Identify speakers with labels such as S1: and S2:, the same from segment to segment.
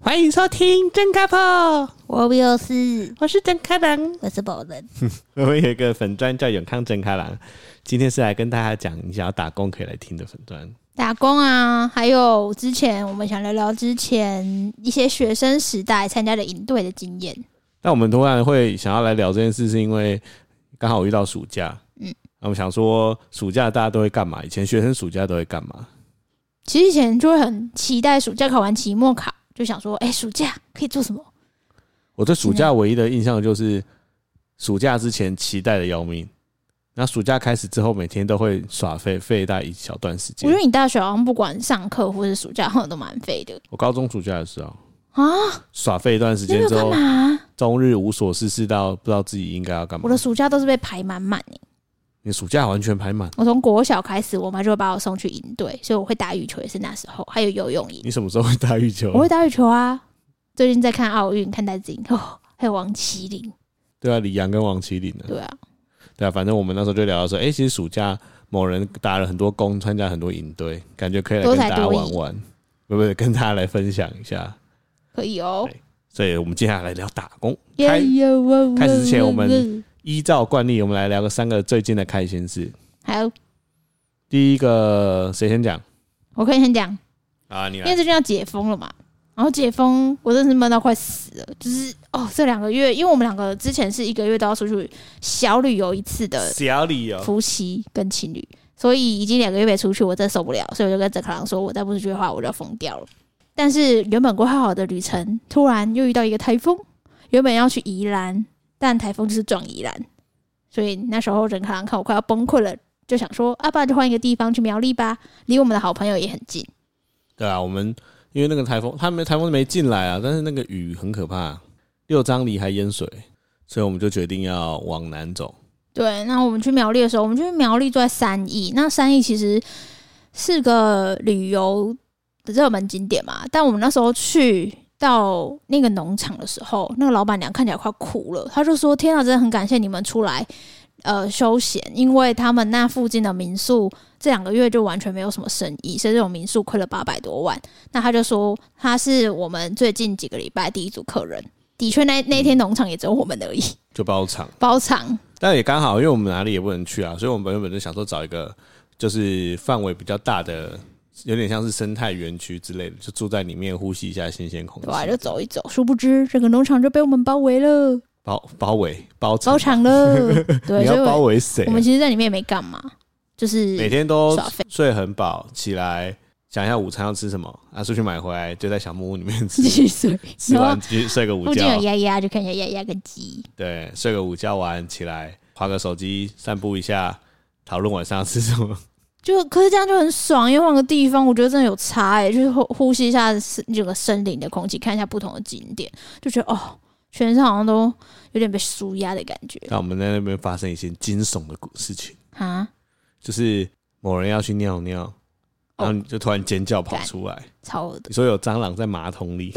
S1: 欢迎收听真咖宝，
S2: 我有事，
S1: 我是真开朗。
S2: 我是某人。
S1: 我们有一个粉砖叫永康真开朗，今天是来跟大家讲，你想要打工可以来听的粉砖。
S2: 打工啊，还有之前我们想聊聊之前一些学生时代参加的营队的经验。
S1: 那我们突然会想要来聊这件事，是因为刚好遇到暑假，嗯
S2: 嗯，
S1: 我们想说暑假大家都会干嘛？以前学生暑假都会干嘛？
S2: 其实以前就会很期待暑假考完期末考，就想说，哎、暑假可以做什么？
S1: 我对暑假唯一的印象就是暑假之前期待的要命，那暑假开始之后，每天都会耍废废大一小段时
S2: 我
S1: 间
S2: 觉。得你大学好像不管上课或是暑假， 好像都蛮废的
S1: 我高中暑假的时候
S2: 啊。
S1: 耍废一段时
S2: 你没
S1: 间
S2: 有
S1: 之
S2: 干
S1: 后
S2: 嘛，啊、
S1: 终日无所事事到不知道自己应该要干嘛
S2: 我的。暑假都是被排满满的。
S1: 你暑假完全排满，
S2: 我从国小开始，我妈就会把我送去营队，所以我会打羽球也是那时候，还有游泳营。
S1: 你什么时候会打羽球
S2: 我？会打羽球啊，最近在看奥运，看戴资颖 哦，还有王麒麟。
S1: 对啊，李阳跟王麒麟呢？
S2: 对啊，
S1: 对啊，反正我们那时候就聊到说，哎、其实暑假某人打了很多工，参加很多营队，感觉可以来跟
S2: 多才
S1: 大
S2: 多
S1: 家玩
S2: 艺
S1: 玩，不不，跟大家来分享一下。
S2: 可以哦。
S1: 所以我们接下来聊打工。开
S2: 耶耶嗯哇哇
S1: 开始之前我们
S2: 哇哇
S1: 依照惯例，我们来聊个三个最近的开心事。
S2: 还有，
S1: 第一个谁先讲
S2: 我可以先讲，
S1: 啊？你
S2: 因为最近要解封了嘛。然后解封，我真的是闷到快死了，就是哦，这两个月，因为我们两个之前是一个月都要出去小旅游一次的
S1: 小哦理由。
S2: 夫妻跟情侣，所以已经两个月没出去，我真的受不了，所以我就跟泽克朗说，我再不出去的话，我就疯掉了。但是原本规划好的旅程，突然又遇到一个台风，原本要去宜兰，但台风就是撞宜兰，所以那时候泽克朗看我快要崩溃了，就想说，啊，不然就换一个地方去苗栗吧，离我们的好朋友也很近。
S1: 对啊，我们因为那个台风，他们台风没进来啊，但是那个雨很可怕，啊六张犁还淹水，所以我们就决定要往南走。
S2: 对，那我们去苗栗的时候，我们去苗栗住在三义。那三义其实是个旅游的热门景点嘛，但我们那时候去到那个农场的时候，那个老板娘看起来快哭了，她就说：“天啊，真的很感谢你们出来。”呃，休闲，因为他们那附近的民宿这两个月就完全没有什么生意，所以这种民宿亏了八百多万。那他就说他是我们最近几个礼拜第一组客人，的确那那一天农场也只有我们而已，
S1: 就包场，
S2: 包场
S1: 但也刚好，因为我们哪里也不能去啊，所以我们原本就想说找一个就是范围比较大的，有点像是生态园区之类的，就住在里面呼吸一下新鲜空气，
S2: 对啊吧？就走一走，殊不知整个农场就被我们包围了，
S1: 包包围包场
S2: 包场了。 对，
S1: 你
S2: 所以
S1: 要包
S2: 我
S1: 围谁啊、
S2: 我们其实在里面也没干嘛，就是
S1: 每天都
S2: 耍废
S1: 睡很饱，起来想一下午餐要吃什么啊，出去买回来就在小木屋里 面 吃，
S2: 继续睡，
S1: 吃
S2: 然
S1: 完
S2: 后
S1: 继续睡个午
S2: 附近有
S1: 觉，啊
S2: 鸭鸭，就看一下鸭鸭跟鸡。
S1: 对，睡个午觉完起来划个手机，散步一下，讨论晚上要吃什么。
S2: 就可是这样就很爽，因为换个地方，我觉得真的有差哎、就是呼呼吸一下森这个森林的空气，看一下不同的景点，就觉得哦，全身好像都有点被舒压的感觉
S1: 那我们在那边发生一些惊悚的故事情，
S2: 啊，
S1: 就是某人要去尿尿，然后你就突然尖叫跑
S2: 哦干
S1: 出来，
S2: 超恶的。
S1: 你说有蟑螂在马桶里，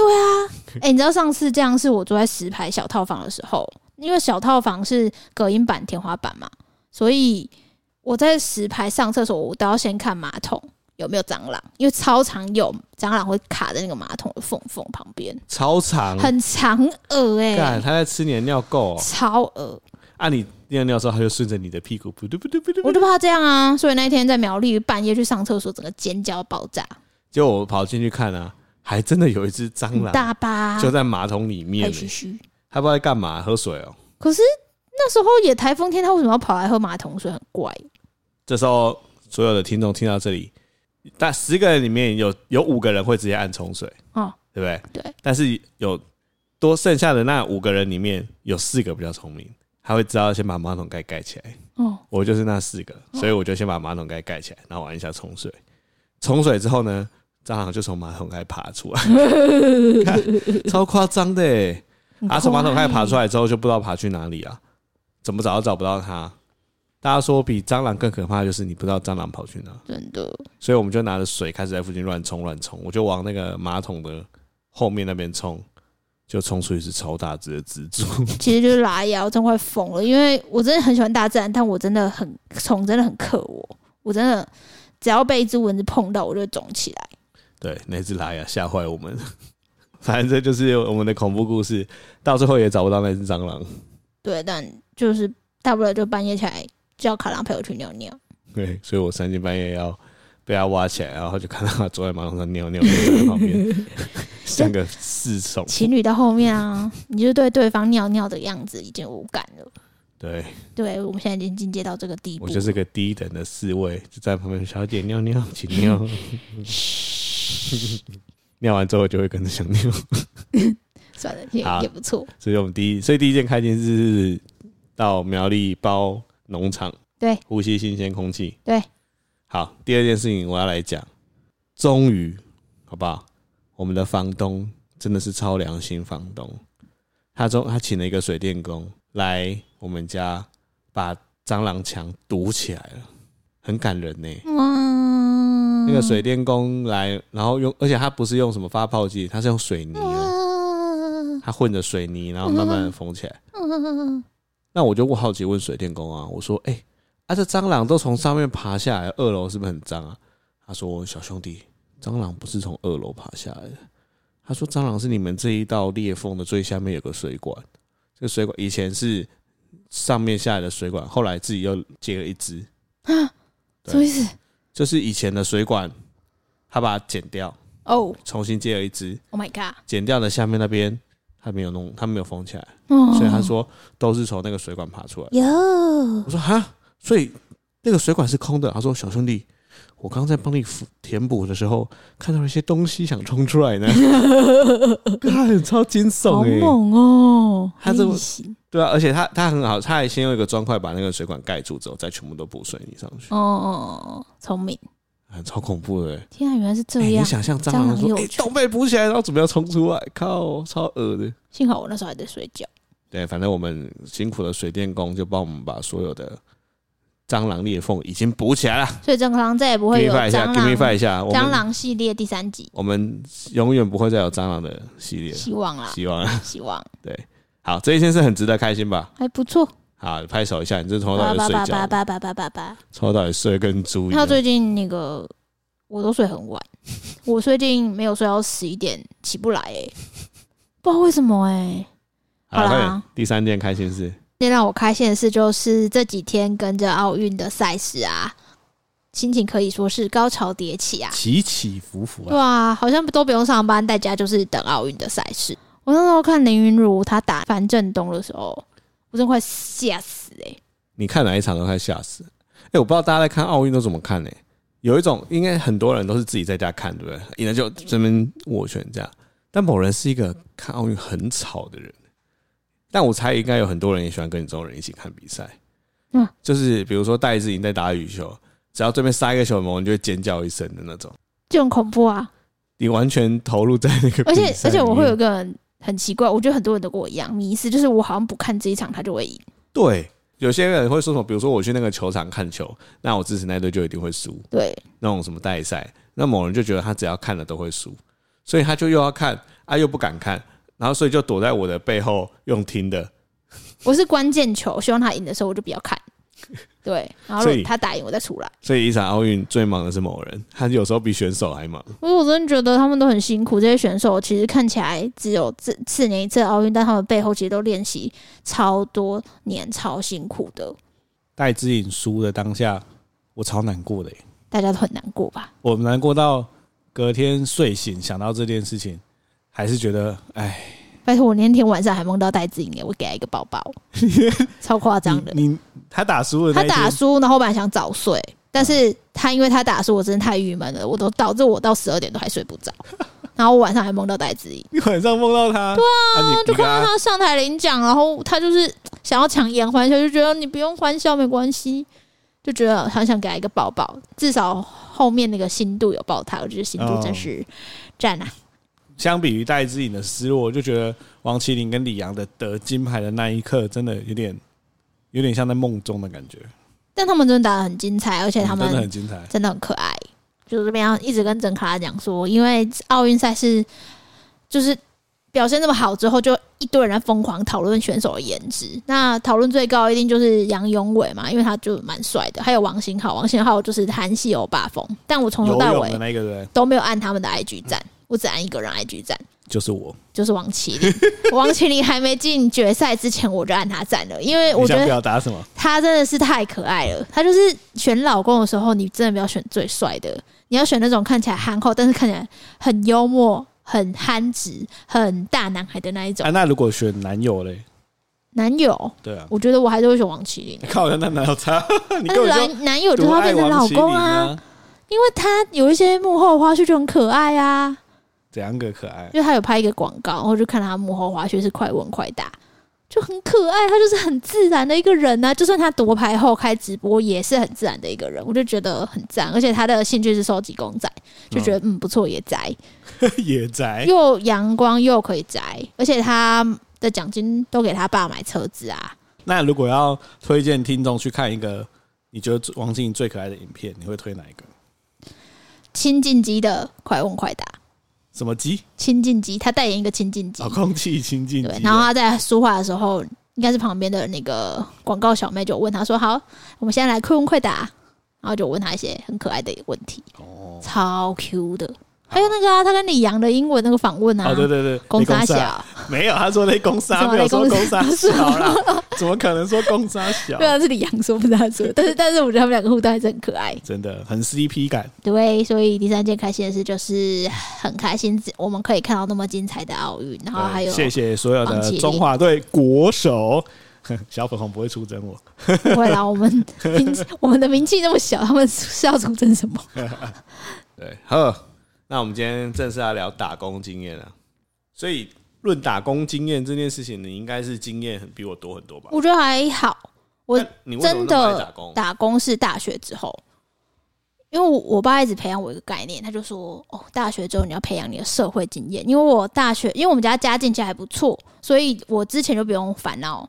S2: 哎、你知道上次这样是我住在石牌小套房的时候，因为小套房是隔音板、天花板嘛，所以我在石牌上厕所，我都要先看马桶有没有蟑螂，因为超常有蟑螂会卡在那个马桶的缝缝旁边，
S1: 超长，
S2: 很长恶哎、
S1: 嗯干他在吃你的尿垢、哦，
S2: 超恶，
S1: 啊你尿尿的时候他就顺着你的屁股，噗嘟噗嘟噗嘟
S2: 我就怕这样啊，所以那一天在苗栗半夜去上厕所，整个尖叫爆炸，
S1: 结果我跑进去看啊，还真的有一只蟑
S2: 很
S1: 螂
S2: 大吧，
S1: 就在马桶里面
S2: 还
S1: 呢、
S2: 嘘嘘。
S1: 它不知道在干嘛，喝水哦、
S2: 可是那时候也台风天，他为什么要跑来喝马桶水？很怪。
S1: 这时候所有的听众听到这里，但十个人里面有有五个人会直接按冲水，
S2: 哦，
S1: 对不对？
S2: 对。
S1: 但是有多剩下的那五个人里面有四个比较聪明，他会知道先把马桶盖盖起来。
S2: 哦，
S1: 我就是那四个，所以我就先把马桶盖盖起来，然后玩一下冲水。冲水之后呢，蟑螂就从马桶盖爬 出来，看超夸张的、欸。啊，从马桶盖爬出
S2: 来。
S1: 来之后就不知道爬去哪里啊，怎么找都找不到它。大家说比蟑螂更可怕的就是你不知道蟑螂跑去哪，
S2: 真的，
S1: 所以我们就拿着水开始在附近乱冲乱冲，我就往那个马桶的后面那边冲，就冲出一只超大只的蜘蛛。
S2: 其实就是啊拉牙，我真快疯了，因为我真的很喜欢大自然，但我真的很虫，真的很克我，我真的只要被一只蚊子碰到，我就会肿起来。
S1: 啊对，那只拉雅吓坏我们。 反正这就是我们的恐怖故事，到最后也找不到那只蟑螂。
S2: 对，但就是大不了就半夜起来叫卡郎陪我去尿尿。
S1: 对，所以我三更半夜要被他挖起来，然后就看到他坐在马桶上尿尿，尿在旁边，像个侍从。
S2: 情侣到后面啊，你就对对方尿尿的样子已经无感了。
S1: 对
S2: 对，我们现在已经进阶到这个地步啊
S1: 我
S2: 了。
S1: 就是个低等的侍卫，就在旁边小姐尿尿， 请尿。尿完之后就会跟着想尿，
S2: 算了，也
S1: 好
S2: 也不错。
S1: 所以我们第一，所以第一件开心事是到苗栗包农场，
S2: 对，
S1: 呼吸新鲜空气，
S2: 对。
S1: 好，第二件事情我要来讲，终于，好不好？我们的房东真的是超良心房东，他中他请了一个水电工来我们家把蟑螂墙堵起来了，很感人呢、
S2: 哇，
S1: 那个水电工来，然后用，而且他不是用什么发泡剂，他是用水泥
S2: 哇，
S1: 哦，他混着水泥，然后慢慢的缝起来。
S2: 嗯
S1: 那我就问好奇问水电工啊，我说：“哎、啊，这蟑螂都从上面爬下来，二楼是不是很脏啊？”他说：“小兄弟，蟑螂不是从二楼爬下来的。”他说：“蟑螂是你们这一道裂缝的最下面有个水管，这个水管以前是上面下来的水管，后来自己又接了一支，
S2: 啊，
S1: 对
S2: 什么意思？
S1: 就是以前的水管，他把它剪掉，
S2: 哦
S1: 重新接了一支，
S2: ，Oh my god！
S1: 剪掉的下面那边他没有弄，他没有封起来，
S2: 哦，
S1: 所以他说都是从那个水管爬出来的。”
S2: 有
S1: 我说哈，所以那个水管是空的。他说小兄弟，我刚在帮你扶填补的时候，看到一些东西想冲出 来呢，干超惊
S2: 好
S1: 悚哎、
S2: 猛哦，
S1: 他这个
S2: 异形
S1: 对啊，而且他他很好，他还先用一个砖块把那个水管盖住，之后再全部都补水泥上去，
S2: 哦哦哦，哦聪明！
S1: 啊，超恐怖的、欸。
S2: 天啊，原来是这
S1: 哎、你
S2: 样，
S1: 想象蟑
S2: 蟑
S1: 螂
S2: 螂
S1: 说
S2: 有
S1: 哎、
S2: 趣
S1: 都被补起来，然后准备要冲出来，靠，超恶的。
S2: 幸好我那时候还在睡觉。
S1: 对，反正我们辛苦的水电工就帮我们把所有的蟑螂裂缝已经补起来了。
S2: 所以正常再也不会
S1: give
S2: 有
S1: me five 一
S2: 蟑
S1: 下
S2: 螂
S1: ，give me five 一下，我们
S2: 蟑螂系列第三集，
S1: 我们永远不会再有蟑螂的系列了，
S2: 希望啦，
S1: 希望啊。
S2: 希望
S1: 好，这一件事很值得开心吧？
S2: 还不错。
S1: 好，拍手一下，你这从头
S2: 叭
S1: 到尾
S2: 叭
S1: 睡
S2: 叭
S1: 觉
S2: 叭，叭叭叭叭叭。
S1: 从头到尾睡得跟猪一
S2: 他
S1: 样。
S2: 最近那个我都睡很 晚，我最近没有睡到十一点，起不来哎、不知道为什么哎、
S1: 好
S2: 好啦
S1: 快点第三件开心事，
S2: 那让我开心的事就是这几天跟着奥运的赛事啊，心情可以说是高潮迭起啊。
S1: 起起伏伏
S2: 对
S1: 啊，
S2: 啊，好像都不用上班，大家就是等奥运的赛事。我那时候看林云如她打樊振东的时候，我真的快吓死哎、
S1: 你看哪一场都快吓死。哎、我不知道大家在看奥运都怎么看呢、有一种应该很多人都是自己在家看，对不对？赢了就这边握拳这样。但某人是一个看奥运很吵的人，但我猜应该有很多人也喜欢跟你这种人一起看比赛。
S2: 嗯，
S1: 就是比如说戴志颖在打羽球，只要对面杀一个球门，你就会尖叫一声的那种。
S2: 就很恐怖啊！
S1: 你完全投入在那个
S2: 而且
S1: 比赛
S2: 而且我
S1: 里
S2: 会
S1: 面
S2: 有一个很很奇怪，我觉得很多人都跟我一样迷失，就是我好像不看这一场，他就会赢。
S1: 对有些人会说什么，比如说我去那个球场看球，那我支持那队就一定会输。
S2: 对，
S1: 那种什么代赛，那某人就觉得他只要看了都会输，所以他就又要看啊，又不敢看，然后所以就躲在我的背后用听的，
S2: 我是关键球，希望他赢的时候我就不要看。对，然后如
S1: 所以
S2: 果他打赢我再出来。
S1: 所以一场奥运最忙的是某人，他有时候比选手还忙。
S2: 因为我真的觉得他们都很辛苦，这些选手其实看起来只有这四年一次的奥运，但他们背后其实都练习超多年、超辛苦的，
S3: 戴资颖输的当下，我超难过的耶，
S2: 大家都很难过吧？
S3: 我难过到隔天睡醒想到这件事情，还是觉得哎，
S2: 拜托，我那天晚上还梦到戴志颖耶，我给他一个抱抱，超夸张的。啊
S3: 你你 他打输了那
S2: 他
S3: 一天，
S2: 打输，然后我本来想早睡，但是他因为他打输，我真的太郁闷了，我都导致我到十二点都还睡不着，然后我晚上还梦到戴志颖。
S3: 你晚上梦到他，对啊，你
S2: 就
S3: 你跟
S2: 看到
S3: 他
S2: 他上台领奖，然后他就是想要强颜欢笑，就觉得你不用欢笑没关系，就觉得很想给他一个抱抱，至少后面那个新度有抱他，我觉得新度
S3: 哦
S2: 真是赞啊！
S3: 相比于戴资颖的失落，我就觉得王麒麟跟李阳的得金牌的那一刻，真的有点有点像在梦中的感觉，
S2: 但他们真的打得很精彩，而且他
S3: 嗯真的
S2: 们
S3: 很精彩。
S2: 真的很可爱。就是这边要一直跟整卡拉讲说，因为奥运赛事就是表现那么好之后，就一堆人在疯狂讨论选手的颜值。那讨论最高一定就是杨永伟嘛，因为他就蛮帅的，还有王星浩。王星浩就是韩系欧巴风，但我从头
S3: 游
S2: 到
S3: 泳
S2: 尾
S3: 的那个对不对？
S2: 都没有按他们的 IG 赞，我只按一个人 IG 赞。
S3: 就是我，
S2: 就是王麒 麟。王麒麟还没进决赛之前，我就按他赞了，因为我
S3: 你
S2: 觉
S3: 想
S2: 得
S3: 表达什么？
S2: 他真的是太可爱了。他就是选老公的时候，你真的不要选最帅的，你要选那种看起来憨厚，但是看起来很幽默、很憨直、很大男孩的那一种
S3: 啊，那如果选男友嘞？
S2: 男友。
S3: 对啊，
S2: 我觉得我还是会选王麒麟，
S3: 靠，那哪有 差？你
S2: 但
S3: 根
S2: 是
S3: 本就
S2: 男男友就
S3: 独
S2: 要
S3: 爱
S2: 变成
S3: 王
S2: 老
S3: 麒
S2: 公
S3: 麟
S2: 啊，
S3: 啊，
S2: 因为他有一些幕后花絮就很可爱啊。
S3: 怎样个可爱？
S2: 因为他有拍一个广告，然后就看他幕后花絮是快问快答，就很可爱。他就是很自然的一个人啊，就算他夺牌后开直播，也是很自然的一个人，我就觉得很赞。而且他的兴趣是收集公仔，就觉得嗯不错，也宅，
S3: 野宅，
S2: 又阳光又可以宅，而且他的奖金都给他爸买车子啊。
S3: 那如果要推荐听众去看一个你觉得王晶最可爱的影片，你会推哪一个？
S2: 亲近机的快问快答，
S3: 什么机？
S2: 亲近机，他代言一个亲近机
S3: 哦，，空气清净
S2: 对，
S3: 机
S2: 然后
S3: 啊。
S2: 他在说话的时候，应该是旁边的那个广告小妹就问他说：“好，我们现在来快问快答。”然后就问他一些很可爱的问题，
S3: 哦，
S2: 超 Q 的。还有那个啊，他跟李阳的英文那个访问啊，
S3: 哦，对对对，
S2: 公
S3: 雷
S2: 差
S3: 小
S2: 小，
S3: 没有，他说那公
S2: 什
S3: 沙，
S2: 么
S3: 没有说
S2: 雷公
S3: 公沙小 啦，怎么可能说公沙小
S2: 对？啊，是李阳说，不是他说。但是但是我觉得他们两个互动还是很可爱。
S3: 真的很 CP 感，
S2: 对，所以第三件开心的事就是很开心，我们可以看到那么精彩的奥运，然后还有
S3: 对谢谢所有
S2: 王麒
S3: 的
S2: 麟
S3: 中华队国手， 小粉红不会出征我，
S2: 不会啦，我们名我们的名气那 么小，他们是要出征什么？
S1: 对，好，那我们今天正式来聊打工经验啊。所以论打工经验这件事情，你应该是经验很比我多很多吧？
S2: 我觉得还好，我
S1: 那你为什
S2: 真
S1: 么那么爱
S2: 的
S1: 打工？
S2: 打工是大学之后，因为我我爸一直培养我一个概念，他就说哦，大学之后你要培养你的社会经验。因为我大学，因为我们家家境其实还不错，所以我之前就不用烦恼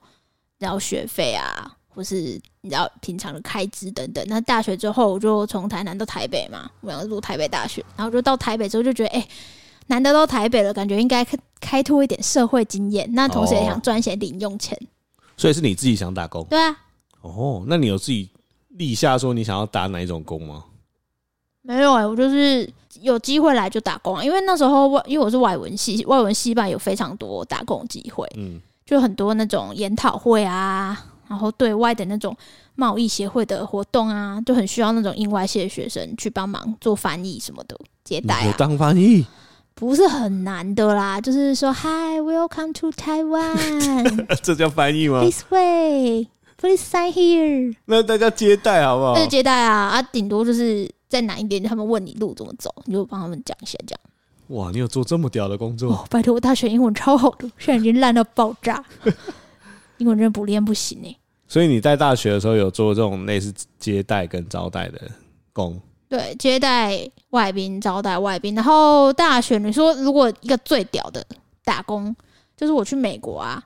S2: 然后学费啊，或是你知道平常的开支等等。那大学之后，我就从台南到台北嘛，我要读台北大学，然后就到台北之后就觉得，哎、 难得到台北了，感觉应该开开拓一点社会经验，那同时也想
S1: 哦
S2: 赚一些零用钱，
S1: 所以是你自己想打工
S2: 对啊，
S1: 哦？那你有自己立下说你想要打哪一种工吗？
S2: 没有哎、我就是有机会来就打工、啊，因为那时候外，因为我是外文系，外文系办有非常多打工机会，
S1: 嗯，
S2: 就很多那种研讨会啊，然后对外的那种贸易协会的活动啊，就很需要那种英外系的学生去帮忙做翻译什么的接待
S1: 有
S2: 啊，
S1: 当翻 译，
S2: 不是很难的啦，就是说 Hi, welcome to Taiwan,
S1: 这叫翻译吗？
S2: this way, please sign here，
S1: 那大家接待好不好
S2: 那？就接待啊，啊，顶多就是再难一点，他们问你路怎么走，你就帮他们讲一下这样。
S1: 哇，你有做这么屌的工作？
S2: 哦，拜托，我大学英文超好的，现在已经烂到爆 炸，英文真的不练不行哎、
S1: 所以你在大学的时候有做这种类似接待跟招待的工？
S2: 对，接待外宾、招待外宾，然后大学你说如果一个最屌的打工，就是我去美国啊，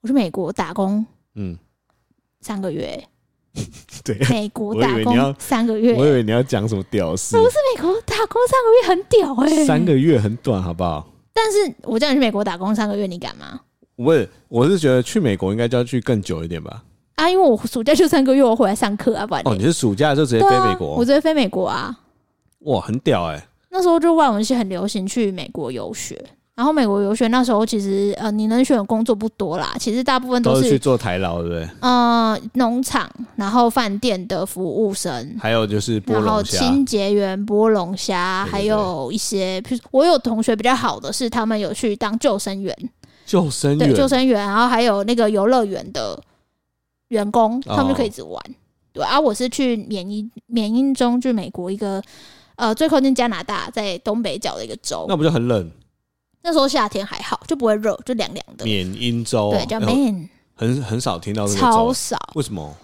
S2: 我去美国打工
S1: 嗯，
S2: 三个月，
S1: 对。
S2: 美国
S1: 我以
S2: 打
S1: 为你要
S2: 工三个月，
S1: 我以
S2: 是
S1: 为你要讲什么屌 丝，
S2: 美国打工三个月很屌哎、
S1: 三个月很短，好不好？
S2: 但是我叫你去美国打工三个月，你敢吗？
S1: 不是，我是觉得去美国应该就要去更久一点吧。
S2: 啊，因为我暑假就三个月，我回来上课啊，不然嘞、
S1: 哦，你是暑假就直接
S2: 对
S1: 飞
S2: 啊
S1: 美国，
S2: 我直接飞美国啊。
S1: 哇，很屌哎、
S2: 那时候就外文系很流行去美国游学，然后美国游学那时候其实呃你能选的工作不多啦，其实大部分都
S1: 都是去
S2: 是
S1: 做台劳，对不对？
S2: 呃农场，然后饭店的服务生。
S1: 还有就是波
S2: 然后
S1: 龙虾，
S2: 清洁员、波龙虾，
S1: 对对对
S2: 还有一些，譬如我有同学比较好的是，他们有去当救生员，
S1: 救生员
S2: 对，救生员，然后还有那个游乐园的员工，他们就
S1: 哦
S2: 可以一直玩。对啊，我是去缅因，缅因中去美国一个呃最靠近加拿大，在东北角的一个州，
S1: 那不就很冷？
S2: 那时候夏天还好，就不会热，就凉凉的。
S1: 缅因州，
S2: 对，叫
S1: 哦然后
S2: man，、
S1: 很很少听到这个
S2: 超
S1: 州，
S2: 少，
S1: 为什么？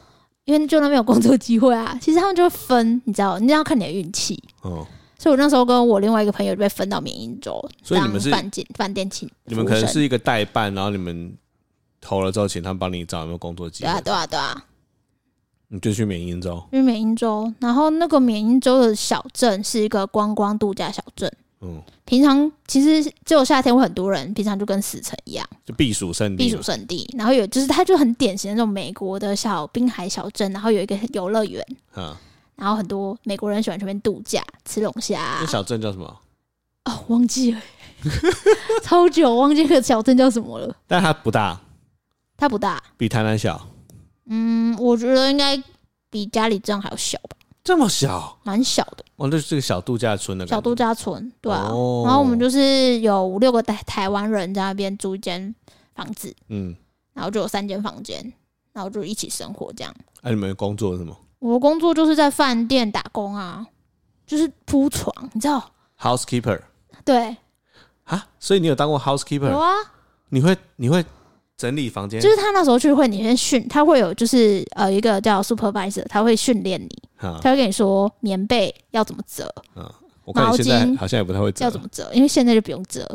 S2: 因为就那边有工作机会啊。 其实他们就会分，你知道，你要看你的运气。
S1: 哦，
S2: 所以我那时候跟我另外一个朋友就被分到缅因州，
S1: 所以你们
S2: 当
S1: 是
S2: 饭店饭店请
S1: 你们
S2: 服务
S1: 可能
S2: 生
S1: 是一个代办，然后你们投了之后，请他们帮你找有没有工作机
S2: 对
S1: 会，
S2: 啊对啊对啊，
S1: 你就去缅因州。
S2: 因为缅因州，然后那个缅因州的小镇是一个观光度假小镇，
S1: 嗯，
S2: 平常其实只有夏天会很多人，平常就跟死城一样。
S1: 就避暑胜
S2: 避
S1: 地
S2: 暑
S1: 嘛，
S2: 胜地，然后有就是它就很典型的那种美国的小滨海小镇，然后有一个游乐园，
S1: 嗯，
S2: 然后很多美国人喜欢去那边度假，吃龙虾、
S1: 那小镇叫什么？
S2: 哦，忘记了， 超久，忘记那个小镇叫什么了。
S1: 但它不大，
S2: 它不大，
S1: 比台南小，
S2: 嗯，我觉得应该比家里镇还要小吧，
S1: 这么小，
S2: 蛮小的，
S1: 哇，那是个小度假村的感觉
S2: 小度假村，对啊。
S1: 哦
S2: 然后我们就是有五六个台台湾人在那边租一间房子，
S1: 嗯，
S2: 然后就有三间房间，然后就一起生活这样。
S1: 哎、你们工作是什么？
S2: 我的工作就是在饭店打工啊，就是铺床，你知道？
S1: housekeeper
S2: 对，
S1: 啊，所以你有当过
S2: 有
S1: housekeeper？
S2: 啊，
S1: 你会你会整理房间？
S2: 就是他那时候去会，你先训，他会有就是呃一个叫 supervisor，他会训练你，
S1: 啊，
S2: 他会跟你说棉被要怎么折，
S1: 我看你现
S2: 毛
S1: 在
S2: 巾
S1: 好像也不太会啊折
S2: 要怎么折，因为现在就不用折，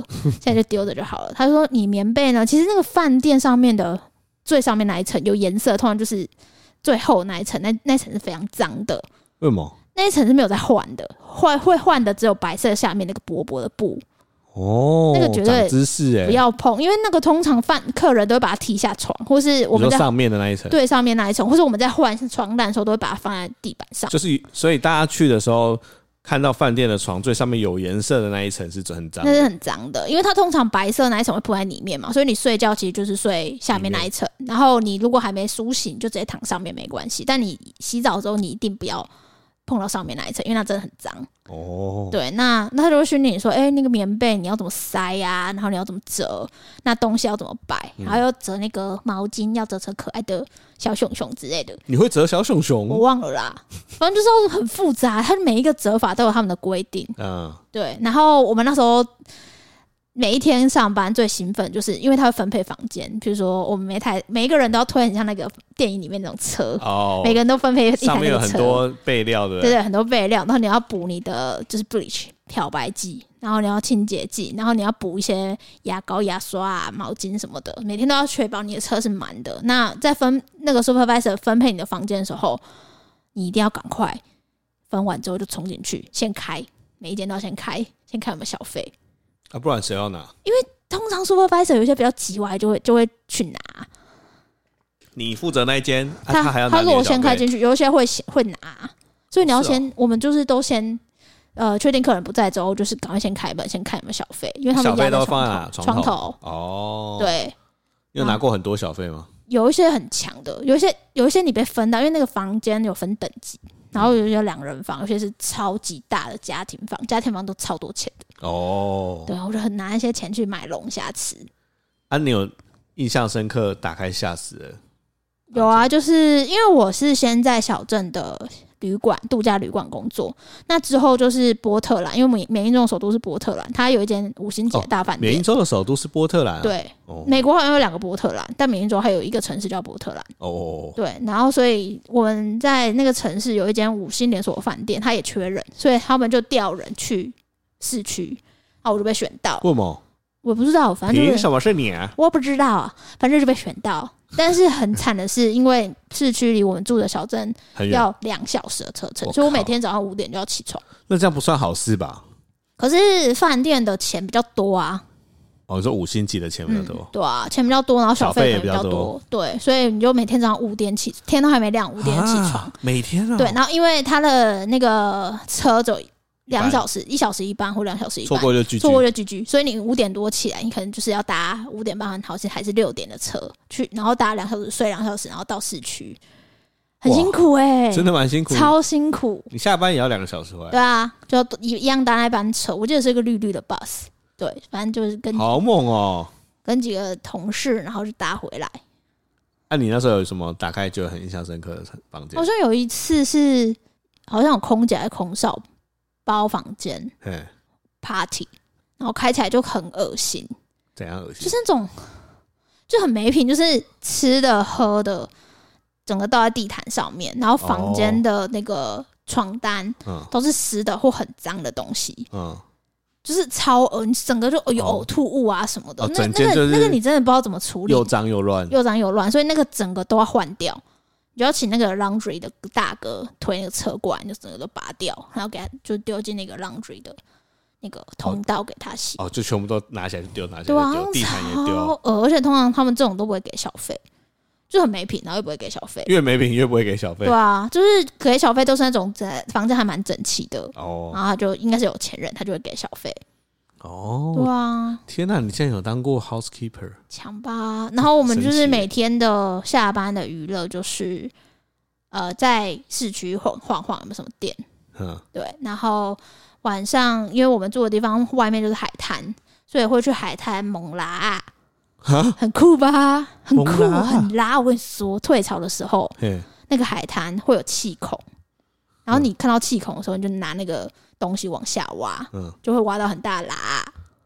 S2: 现在就丢着就好了。他说你棉被呢，其实那个饭店上面的最上面那一层有颜色，通常就是最厚那一层，那那一层是非常脏的，
S1: 为什么？
S2: 那一层是没有在换的，换会换的只有白色下面那个薄薄的布，
S1: 哦，
S2: 那个绝对
S1: 长知识哎、
S2: 不要碰，因为那个通常饭客人都会把它踢下床，或是我
S1: 你
S2: 们
S1: 说
S2: 在
S1: 上面的那一层，
S2: 对上面那一层，或是我们在换床单的时候都会把它放在地板上。
S1: 就是所以大家去的时候看到饭店的床最上面有颜色的那一层是很脏
S2: 那是
S1: 的，
S2: 很脏的，因为它通常白色那一层会铺在里面嘛，所以你睡觉其实就是睡下面那一层。然后你如果还没苏醒，就直接躺上面没关系。但你洗澡之后，你一定不要碰到上面那一层，因为那真的很脏。
S1: 哦，
S2: 对，那那他就会训练你说，哎、那个棉被你要怎么塞呀、然后你要怎么折，那东西要怎么摆，然后要折那个毛巾要折成可爱的小熊熊之类的，
S1: 你会折小熊
S2: 我
S1: 熊？
S2: 忘了啦。反正就是很复杂，它每一个折法都有他们的规定。
S1: 嗯，
S2: 对，然后我们那时候每一天上班最兴奋，就是因为他会分配房间，比如说我们每台每一个人都要推很像那个电影里面那种车，
S1: 哦，
S2: 每个人都分配一台
S1: 上面
S2: 那
S1: 有
S2: 个
S1: 很
S2: 车，
S1: 多备料的，
S2: 对对，很多备料，然后你要补你的就是 bleach 漂白剂，然后你要清洁剂，然后你要补一些牙膏、牙刷、啊、毛巾什么的，每天都要确保你的车是满的。那在分那个 supervisor 分配你的房间的时候，你一定要赶快分完之后就冲进去，先开，每一间都要先开，先看有没有小费。
S1: 啊，不然谁要拿？
S2: 通常 supervisor 有一些比较急歪，就会就会去拿。
S1: 你负责那一间，啊、
S2: 他
S1: 他还要拿
S2: 如
S1: 你的
S2: 果
S1: 小
S2: 先开
S1: 费
S2: 进去，有一些会先会拿，所以你要
S1: 是哦
S2: 先，我们就是都先呃确定客人不在之后，就是赶快先开门，先看有没有小费，因为他们
S1: 小
S2: 压
S1: 费都
S2: 在
S1: 放在
S2: 床
S1: 哪
S2: 头。
S1: 床头
S2: 头
S1: 哦，，
S2: 对，
S1: 你有拿过很多小费吗？
S2: 有一些很强的，有一些有一些你被分到，因为那个房间有分等级，然
S1: 嗯
S2: 后有一些两人房，有些是超级大的家庭房，家庭房都超多钱的。
S1: 哦，
S2: 对，我就很拿那些钱去买龙虾吃。
S1: 啊，你有印象深刻，打开吓死人。
S2: 有啊，就是因为我是先在小镇的旅馆、度假旅馆工作，那之后就是波特兰，因为美美英州首都是波特兰，它有一间五星级的大饭
S1: 缅
S2: 店。
S1: 因州的首都是波特兰、啊，，
S2: 对，
S1: 哦
S2: 美国好像有两个波特兰，但美英州还有一个城市叫波特兰。
S1: 哦哦，哦
S2: 对，然后所以我们在那个城市有一间五星连锁饭店，它也缺人，所以他们就调人去市区，啊，我就被选到，
S1: 为什么？
S2: 我不知道，反正就
S1: 凭
S2: 是
S1: 什么是你啊？
S2: 我不知道啊，反正就被选到。但是很惨的是，因为市区离我们住的小镇
S1: 很远，
S2: 要两小时的车程，
S1: 我
S2: 所以我每
S1: 靠
S2: 天早上五点就要起床。
S1: 那这样不算好事吧？
S2: 可是饭店的钱比较多啊，
S1: 哦，你说五星级的钱比较
S2: 嗯
S1: 多，，
S2: 对啊，钱比较多，然后小
S1: 小费
S2: 费
S1: 也
S2: 也比较
S1: 比较
S2: 多
S1: 多，
S2: 对，所以你就每天早上五点起，天都还没亮，五点起床，
S1: 啊，每天啊，
S2: 对，，然后因为他的那个车走两
S1: 班
S2: 小时，一小时一班或两小时一
S1: 错
S2: 班，
S1: 过就拒绝
S2: 错。过就 GG，所以你五点多起来，你可能就是要搭五点半好像还是六点的车去，然后搭两小时睡两小时，然后到市区，很
S1: 哇
S2: 辛苦哎、
S1: 真的蛮辛苦，
S2: 超辛苦。
S1: 你下班也要两个小时回来，
S2: 对啊，就一一样搭那班车，我记得是一个绿绿的 bus，对，反正就是跟
S1: 好猛哦！
S2: 跟几个同事，然后就搭回来。
S1: 那、啊你那时候有什么打开就很印象深刻的房间
S2: 好？像有一次是好像有空姐还是空少包房间
S1: 嗯，
S2: party，然后开起来就很恶心，
S1: 怎样恶心？
S2: 就是那种就很没品，就是吃的喝的整个倒在地毯上面，然后房间的那个床单
S1: 嗯
S2: 都是湿的或很脏的东西，
S1: 嗯，
S2: 就是超恶，你整个就有
S1: 哦
S2: 呕吐物啊什么的，
S1: 哦
S2: 那
S1: 整
S2: 那
S1: 间
S2: 个
S1: 就是
S2: 那个你真的不知道怎么处理，
S1: 又脏又乱，
S2: 又脏又乱，所以那个整个都要换掉。你就要请那个 laundry 的大哥推那个车过来，你就整个都拔掉，然后给他就丢进那个 laundry 的那个通道给他洗。
S1: 哦，就全部都拿起来就丢，拿起
S2: 对
S1: 来
S2: 啊
S1: 就，丢，地毯也
S2: 超
S1: 丢，
S2: 恶，而且通常他们这种都不会给小费，就很没品，然后又不会给小费。
S1: 越没品越不会给小费
S2: 对。啊，就是给小费都是那种在房间还蛮整齐的，然
S1: 哦
S2: 后他就应该是有钱人，他就会给小费。
S1: 哦
S2: 对，啊，
S1: 天哪、你现在有当过 housekeeper？
S2: 强吧。然后我们就
S1: 神奇
S2: 是
S1: 耶
S2: 每天的下班的娱乐就是，呃，在市区晃晃晃，有没有什么店？
S1: 嗯，
S2: 对，然后晚上因为我们住的地方外面就是海滩，所以会去海滩猛拉，啊
S1: 哈，
S2: 很酷吧？很
S1: 猛
S2: 酷，
S1: 拉
S2: 很拉。我跟你说，退潮的时候，
S1: 嘿，
S2: 那个海滩会有气孔，然
S1: 嗯
S2: 后你看到气孔的时候，你就拿那个东西往下挖，
S1: 嗯，
S2: 就会挖到很大的拉，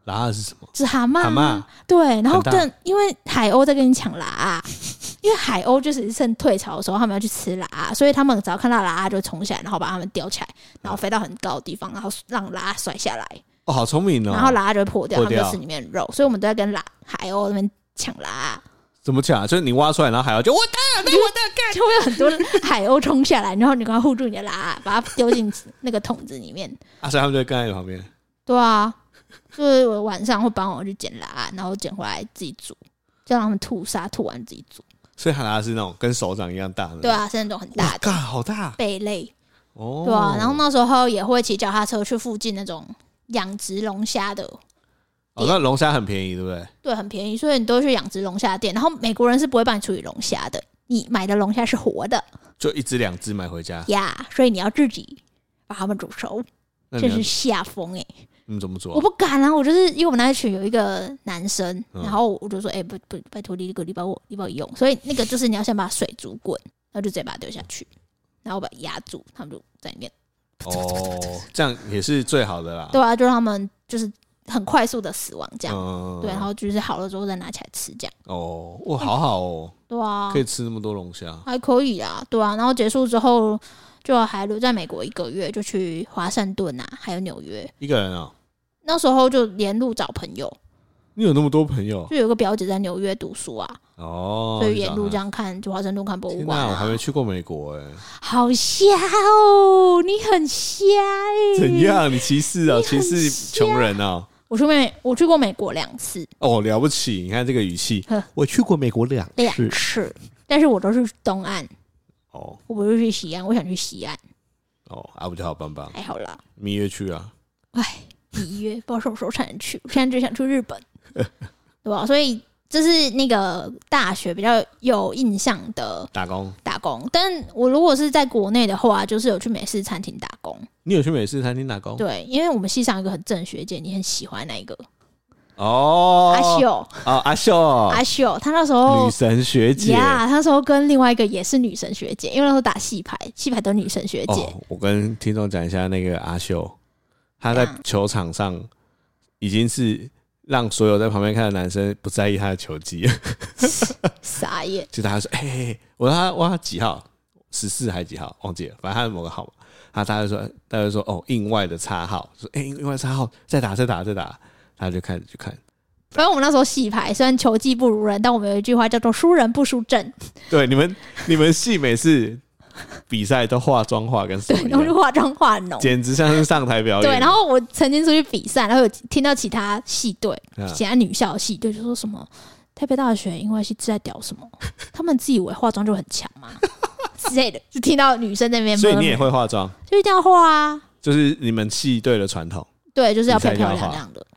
S1: 然后是什么？
S2: 是蛤蟆。
S1: 蛤蟆
S2: 对，然后
S1: 很大
S2: 更因为海鸥在跟你抢拉， 因为海鸥就是趁退潮的时候，他们要去吃拉，所以他们只要看到啊拉就会冲下来，然后把它们叼起来，然后飞到很高的地方，然后让拉甩下来，
S1: 哦，好聪明哦！
S2: 然后拉就会破掉，
S1: 破
S2: 它们就
S1: 掉
S2: 吃里面的肉，所以我们都在跟拉海鸥那边抢拉，
S1: 怎么讲啊？就是你挖出来，然后还要就我
S2: 就会有很多海鸥冲下来，然后你赶快护住你的拉，把它丢进那个桶子里面。
S1: 啊，所以他们就会跟在你旁边。
S2: 对啊，就是我晚上会帮我去捡拉，然后捡回来自己煮，就让他们吐沙，吐完自己煮。
S1: 所以海拉是那种跟手掌一样大的，
S2: 对，啊，是那种很大
S1: 嗯哇，
S2: 的
S1: 干好大
S2: 贝类，
S1: 哦。
S2: 对啊。然后那时候也会骑脚踏车去附近那种养殖龙虾的，
S1: 哦，那龙虾很便宜，对不对？
S2: 对，很便宜，所以你都会去养殖龙虾店。然后美国人是不会帮你处理龙虾的，你买的龙虾是活的
S1: 就一只两只买回家，
S2: 呀所以你要自己把它们煮熟，
S1: 那你
S2: 这
S1: 要
S2: 是下风哎、
S1: 你们怎么
S2: 我
S1: 做？
S2: 不敢啊，我就是因为我们那一群有一个男生，
S1: 嗯
S2: 然后我就说，哎、不不，拜托你这个礼拜我礼拜我用，所以那个就是你要先把水煮滚，然后就直接把它丢下去，然后把它压住，他们就在里面，
S1: 哦，这样也是最好的啦。
S2: 对啊，就让他们就是很快速的死亡这样，
S1: 嗯
S2: 对，然后就是好了之后再拿起来吃这样，
S1: 哦，哇，好好哦，
S2: 对啊
S1: 可，以吃那么多龙虾。
S2: 还可以啊，对啊，然后结束之后就还留在美国一个月，就去华盛顿啊，还有纽约，
S1: 一个人啊、
S2: 那时候就沿路找朋友，
S1: 你有那么多朋友
S2: 就有个表姐在纽约读书啊，
S1: 哦，
S2: 所以沿路这
S1: 样。
S2: 样看，就华盛顿看博物
S1: 天
S2: 馆、
S1: 哪，我还没
S2: 啊，
S1: 去过美国哎、
S2: 好瞎哦！你很瞎哎、
S1: 怎？样？你歧视 啊、
S2: 你
S1: 歧
S2: 很
S1: 视穷人啊、
S2: 我去美，我去过美国两次，
S1: 哦？了不起！你看这个语气
S2: 呵，
S1: 我去过美国两
S2: 两
S1: 次
S2: 次，但是我都是东岸，
S1: 哦
S2: 我不是去西岸，我想去西岸，
S1: 哦，啊不就好棒棒，
S2: 还好啦。
S1: 蜜月去啊，
S2: 哎，里约不知道什么时候才能去，我现在只想去日本， 对吧？所以这是那个大学比较有印象的
S1: 打工。
S2: 打工，但我如果是在国内的话，就是有去美式餐厅打工，
S1: 你有去美式餐厅打工？
S2: 对，因为我们系上有一个很正的学姐，你很喜欢那一个、
S1: 哦，
S2: 阿，秀。
S1: 哦阿秀，
S2: 阿秀，她那时
S1: 女
S2: 候
S1: 神学姐。
S2: 呀，她那时候跟另外一个也是女神学姐，因为那时候打戏牌，戏牌都女神学姐，
S1: 哦，我跟听众讲一下，那个阿秀，她在
S2: 怎样
S1: 球场上已经是让所有在旁边看的男生不在意她的球技了。
S2: 傻眼。
S1: 就大家说，哎、欸欸，我说他哇几号？十四还是几号？忘记了，反正他是某个号码。他大家就说，大家就说哦，印外的叉号，说哎、欸，印外叉号，再打，再打，再打。他就开始去看，
S2: 反正我们那时候戏牌虽然球技不如人，但我们有一句话叫做“输人不输阵
S1: 对你们，你们系每次比赛都化妆化跟”，什
S2: 对
S1: 么， 一
S2: 然后就
S1: 样，
S2: 化妆化浓。
S1: 简直像是上台表演。
S2: 对，然后我曾经出去比赛，然后有听到其他系队、
S1: 嗯
S2: 其他女校系队就说什么台北大学因为系在屌什么， 他们自以为化妆就很强嘛 之类的，就听到女生在那边，
S1: 所以你也会化妆，
S2: 就一定要化啊，
S1: 就是你们系队的传统。
S2: 对，就是要
S1: 比赛
S2: 漂
S1: 一定要
S2: 漂亮
S1: 化
S2: 亮的。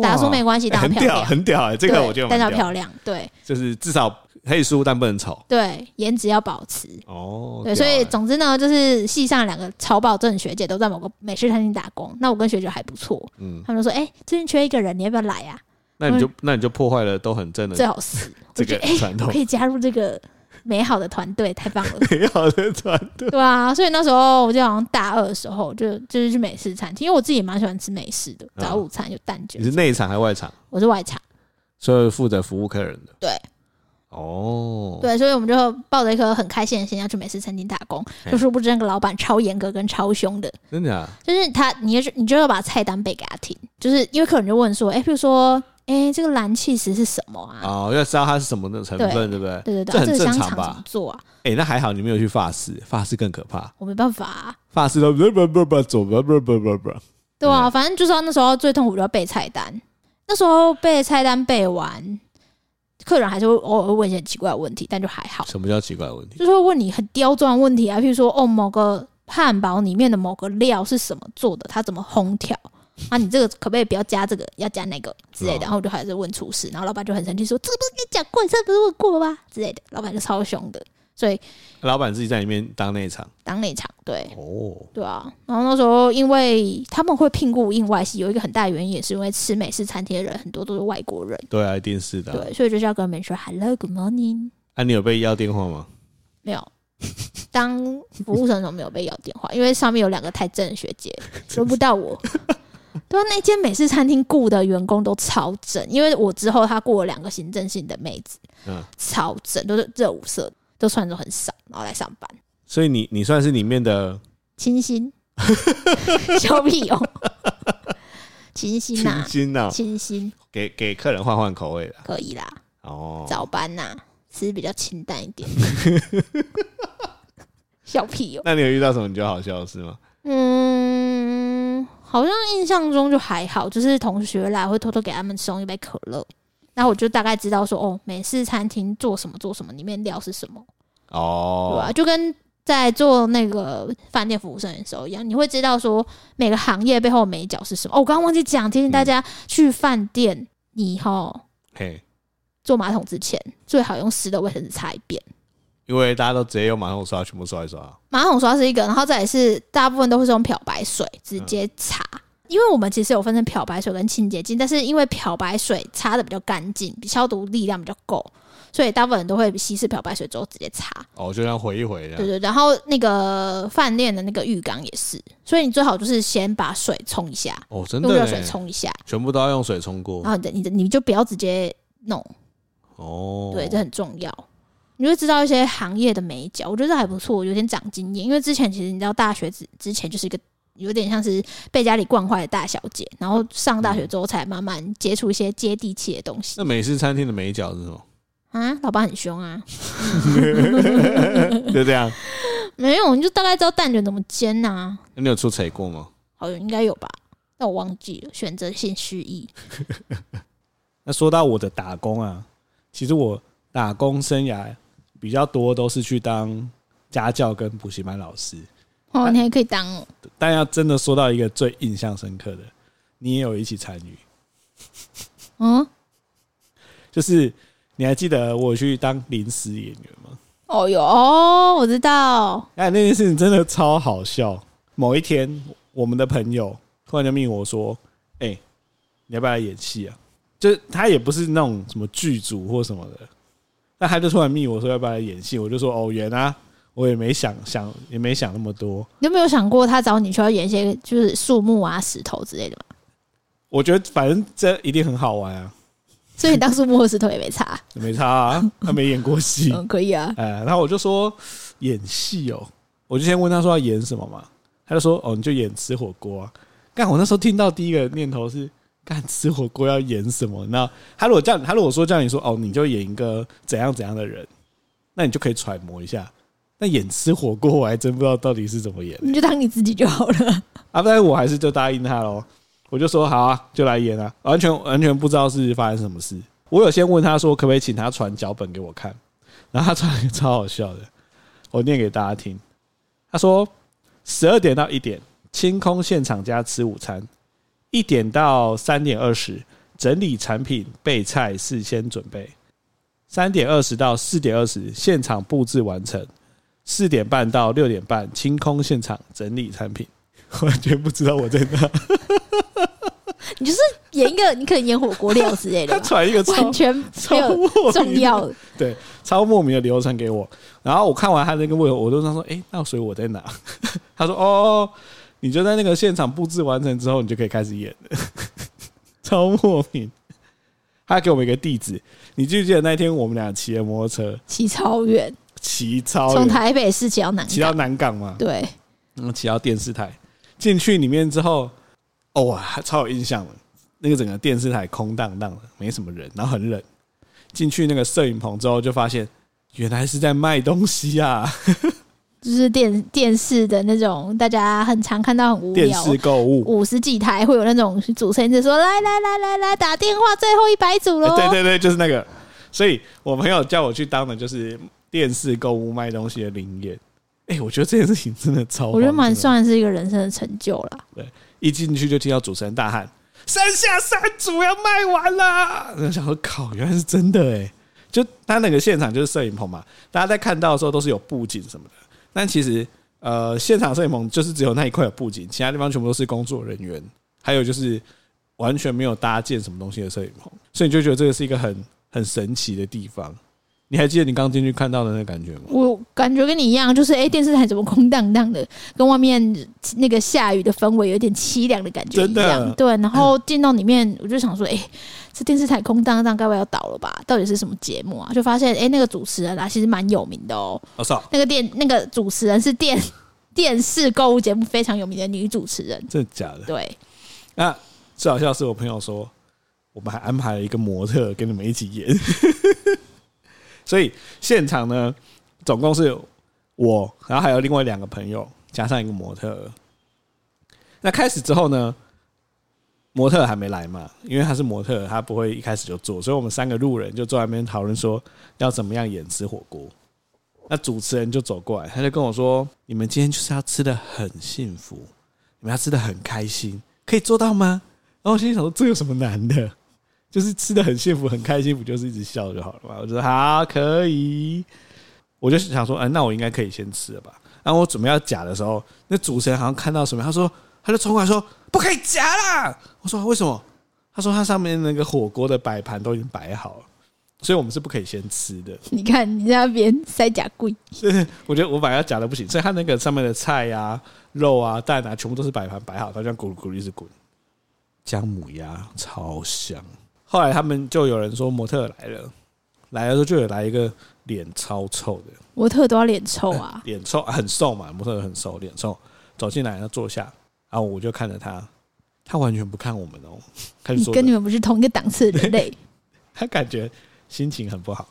S2: 打输没关系，
S1: 欸
S2: 打
S1: 很
S2: 漂
S1: 屌，
S2: 亮，
S1: 很屌、欸， 这个
S2: 对
S1: 我觉得
S2: 但是要
S1: 蛮屌，
S2: 漂亮，对
S1: 就是至少可以输，但不能丑。
S2: 对，颜值要保持。
S1: 哦，
S2: 对，所
S1: 屌
S2: 以
S1: 欸
S2: 总之呢，就是系上两个超保证学姐都在某个美式餐厅打工，那我跟学姐还不错，
S1: 嗯，
S2: 他们就说，哎、最近缺一个人，你要不要来啊？
S1: 那你就那你就破坏了都很正的
S2: 最好是，
S1: 这
S2: 我
S1: 个
S2: 觉得，哎、
S1: 传
S2: 我
S1: 统
S2: 可，以加入这个美好的团队，太棒了，
S1: 美好的传统。
S2: 对啊，所以那时候我就好像大二的时候，就就是去美式餐厅，因为我自己也蛮喜欢吃美式的，
S1: 嗯
S2: 早午餐有蛋卷
S1: 你，是内场还是外场？
S2: 我是外场，
S1: 所以负责服务客人的。
S2: 对。
S1: 哦，
S2: 对，所以我们就抱着一颗很开心的心要去美式餐厅打工，
S1: 嘿
S2: 就殊不知那个老板超严格跟超凶的，
S1: 真的啊？
S2: 就是他，你就是你就要把菜单背给他听，就是因为客人就问说，哎、比如说，哎、这个蓝气石是什么啊？
S1: 哦，要知道它是什么的成分，对不对？
S2: 对对
S1: 这
S2: 对，啊、
S1: 很
S2: 这个
S1: 正
S2: 香
S1: 常
S2: 肠
S1: 吧
S2: 怎么做啊？
S1: 哎，那还好你没有去法式，法式更可怕，
S2: 我没办法、啊，
S1: 法式都 不不不不走不不不不不。
S2: 对啊，反正就是那时候最痛苦就要背菜单，那时候背菜单背完，客人还是会偶尔会问一些很奇怪的问题，但就还好，
S1: 什么叫奇怪的问题？
S2: 就是会问你很刁钻的问题啊，譬如说，哦，某个汉堡里面的某个料是什么做的，它怎么烘调，啊，你这个可不可以不要加这个，要加那个之类的？然后我就还是问厨师，然后老板就很生气说：“这个不是跟你讲过，你上次不是问过吗？”之类的，老板就超凶的。所以
S1: 老板自己在里面当内场
S2: 当内场对，
S1: 哦，
S2: 对啊，然后那时候因为他们会聘雇印外系，有一个很大的原因也是因为吃美式餐厅的人很多都是外国人，
S1: 对啊，一定是的啊。
S2: 对，所以就是要跟别人说 “hello good morning”。
S1: 啊，你有被要电话吗？
S2: 没有，当服务生的时候没有被要电话，因为上面有两个太正的学姐，轮不到 我。对啊，那间美式餐厅雇的员工都超正，因为我之后他雇了两个行政性的妹子，
S1: 嗯
S2: 超正，都是热舞社的，都穿着很少，然后来上班，
S1: 所以你你算是里面的
S2: 清 新，小屁哦，清新呐、
S1: 群星呐、
S2: 清新
S1: 给给客人换换口味的
S2: 可以啦，
S1: 哦。
S2: 早班呐、吃比较清淡一 点。小屁哦，
S1: 那你有遇到什么你觉得好笑的事吗？
S2: 嗯，好像印象中就还好，就是同学来会偷偷给他们送一杯可乐，然后我就大概知道说，哦，美式餐厅做什么做什么，里面料是什么，对吧、
S1: 哦，
S2: 就跟在做那个饭店服务生的时候一样，你会知道说每个行业背后的美角是什么。哦，我刚刚忘记讲，提醒大家、去饭店，你哈
S1: 嘿，
S2: 坐马桶之前最好用湿的卫生纸擦一遍。
S1: 因为大家都直接用马桶刷，全部刷一刷。
S2: 马桶刷是一个，然后再也是大部分都会是用漂白水直接擦，因为我们其实有分成漂白水跟清洁剂，但是因为漂白水擦的比较干净，比消毒力量比较够，所以大部分人都会稀释漂白水之后直接擦。
S1: 哦，就像回一回这
S2: 对
S1: 样。
S2: 对，对然后那个饭店的那个浴缸也是，所以你最好就是先把水冲一下，
S1: 哦，真的
S2: 用
S1: 呢哦
S2: 热水，冲啊一下，
S1: 全部都要用水冲过
S2: 然。后你的你的你就不要直接弄，
S1: 哦，
S2: 对，这很重要。你会知道一些行业的美角，我觉得这还不错，有点长经验。因为之前其实你知道，大学之之前就是一个有点像是被家里惯坏的大小姐，然后上
S1: 嗯
S2: 大学之后才慢慢接触一些接地气的东西
S1: 那美式餐厅的美角是什么？
S2: 啊。老板很凶啊，
S1: 就这样。
S2: 没有，你就大概知道蛋卷怎么煎呐、啊，
S1: 那你有出彩过吗？
S2: 好像应该有吧。但我忘记了，选择性失忆。
S3: 那说到我的打工啊，其实我打工生涯比较多都是去当家教跟补习班老师，啊
S2: 哦，你还可以当哦，
S3: 但要真的说到一个最印象深刻的，你也有一起参与，
S2: 嗯，
S3: 就是你还记得我去当临时演员吗？
S2: 哦哟，哦，我知道，
S3: 哎，那件事情真的超好笑。某一天，我们的朋友突然就命我说：“哎、你要不要来演戏啊？”就是他也不是那种什么剧组或什么的，那他就突然命我说要不要来演戏，我就说：“哦，演啊！”我也没想想，也没想那么多。
S2: 你有没有想过他找你需要演一些就是树木啊、石头之类的吗？
S3: 我觉得反正这一定很好玩啊，
S2: 所以你当树木和石头也没差。
S3: 没差啊，他没演过戏。
S2: 嗯，可以啊。
S3: 哎，然后我就说演戏哦，我就先问他说要演什么嘛，他就说哦，你就演吃火锅啊。干，我那时候听到第一个念头是，干吃火锅要演什么？那他如果叫你，他如果说叫你说哦，你就演一个怎样怎样的人，那你就可以揣摩一下。那演吃火锅，我还真不知道到底是怎么演
S2: 你就当你自己就好了。
S3: 啊！但是我还是就答应他喽，我就说好啊，就来演啊，完全完全不知道是发生什么事。我有先问他说可不可以请他传脚本给我看，然后他传了一个超好笑的，我念给大家听。他说十二点到一点清空现场加吃午餐，一点到三点二十整理产品备菜事先准备，三点二十到四点二十现场布置完成，四点半到六点半清空现场整理产品。 完全不知道我在哪。
S2: 你就是演一个， 你可能演火锅料之类的
S3: 他
S2: 吧，
S3: 传一个超
S2: 完全没
S3: 超
S2: 有
S3: 莫
S2: 重
S3: 名
S2: 要。
S3: 超莫名的流程给我，然后我看完他那个问，我就跟他说：“诶，那所以我在哪？” 他说：“哦，你就在那个现场布置完成之后，你就可以开始演了。” 超莫名。他还给我们一个地址，你记不记得那天我们俩骑了摩托车
S2: 骑超远，
S3: 骑超
S2: 从
S3: 远
S2: 台北市骑到南
S3: 骑到
S2: 港，
S3: 南港嘛？
S2: 对，
S3: 然后骑到电视台，进去里面之后，哦哇，还超有印象了。那个整个电视台空荡荡的，没什么人，然后很冷。进去那个摄影棚之后，就发现原来是在卖东西啊，
S2: 就是电电视的那种，大家很常看到很无
S3: 电
S2: 聊。
S3: 视购物。
S2: 五十几台会有那种主持人就说：“来来来来来，打电话，最后一百组喽。
S3: 哎对对对，就是那个。所以我朋友叫我去当的就是电视购物卖东西的零演。哎、哎、我觉得这件事情真的超荒谬，
S2: 我觉得蛮算是一个人生的成就啦。
S3: 一进去就听到主持人大喊：“山下山主要卖完啦！”然后想说：“靠，原来是真的哎、就他那个现场就是摄影棚嘛，大家在看到的时候都是有布景什么的，但其实呃，现场摄影棚就是只有那一块有布景，其他地方全部都是工作人员，还有就是完全没有搭建什么东西的摄影棚，所以你就觉得这个是一个很很神奇的地方。你还记得你刚进去看到的那个感觉吗？
S2: 我感觉跟你一样，就是哎、诶电视台怎么空荡荡的，跟外面那个下雨的氛围有点凄凉的感觉一
S3: 真的
S2: 样。对，然后进到里面，我就想说，哎、这电视台空荡荡，该不会要倒了吧？到底是什么节目啊？就发现，哎、那个主持人啊，其实蛮有名的哦。
S3: 我、操，
S2: 那个电那个主持人是电 电视购物节目非常有名的女主持人。
S3: 真的假的？
S2: 对，
S3: 那最好笑的是我朋友说，我们还安排了一个模特跟你们一起演， 所以现场呢，总共是我，然后还有另外两个朋友，加上一个模特儿。那开始之后呢，模特儿还没来嘛，因为他是模特儿，他不会一开始就做，所以我们三个路人就坐在那边讨论说要怎么样演吃火锅。那主持人就走过来，他就跟我说：“你们今天就是要吃的很幸福，你们要吃的很开心，可以做到吗？”然后我心里想说：“这有什么难的？就是吃的很幸福、很开心，不就是一直笑就好了嘛？”我就说：“好，可以。”我就想说：“哎、那我应该可以先吃了吧？”然后我准备要夹的时候，那主持人好像看到什么，他说：“他就冲过来说：‘不可以夹啦！’”我说：“为什么？”他说：“他上面那个火锅的摆盘都已经摆好了，所以我们是不可以先吃的。”
S2: 你看你在那边塞假贵，
S3: 我觉得我把它夹的不行，所以它那个上面的菜呀、肉啊、蛋啊，全部都是摆盘摆好，它这样咕噜咕噜一直滚。姜母鸭超香。后来他们就有人说模特来了，来了之后就有来一个脸超臭的，
S2: 模特都要脸臭 啊！
S3: 脸臭很瘦嘛，模特很瘦，脸臭走进来，然后坐下，然后我就看着他，他完全不看我们哦，他就
S2: 你
S3: 坐着
S2: 跟你们不是同一个档次的人类。
S3: 他感觉心情很不好。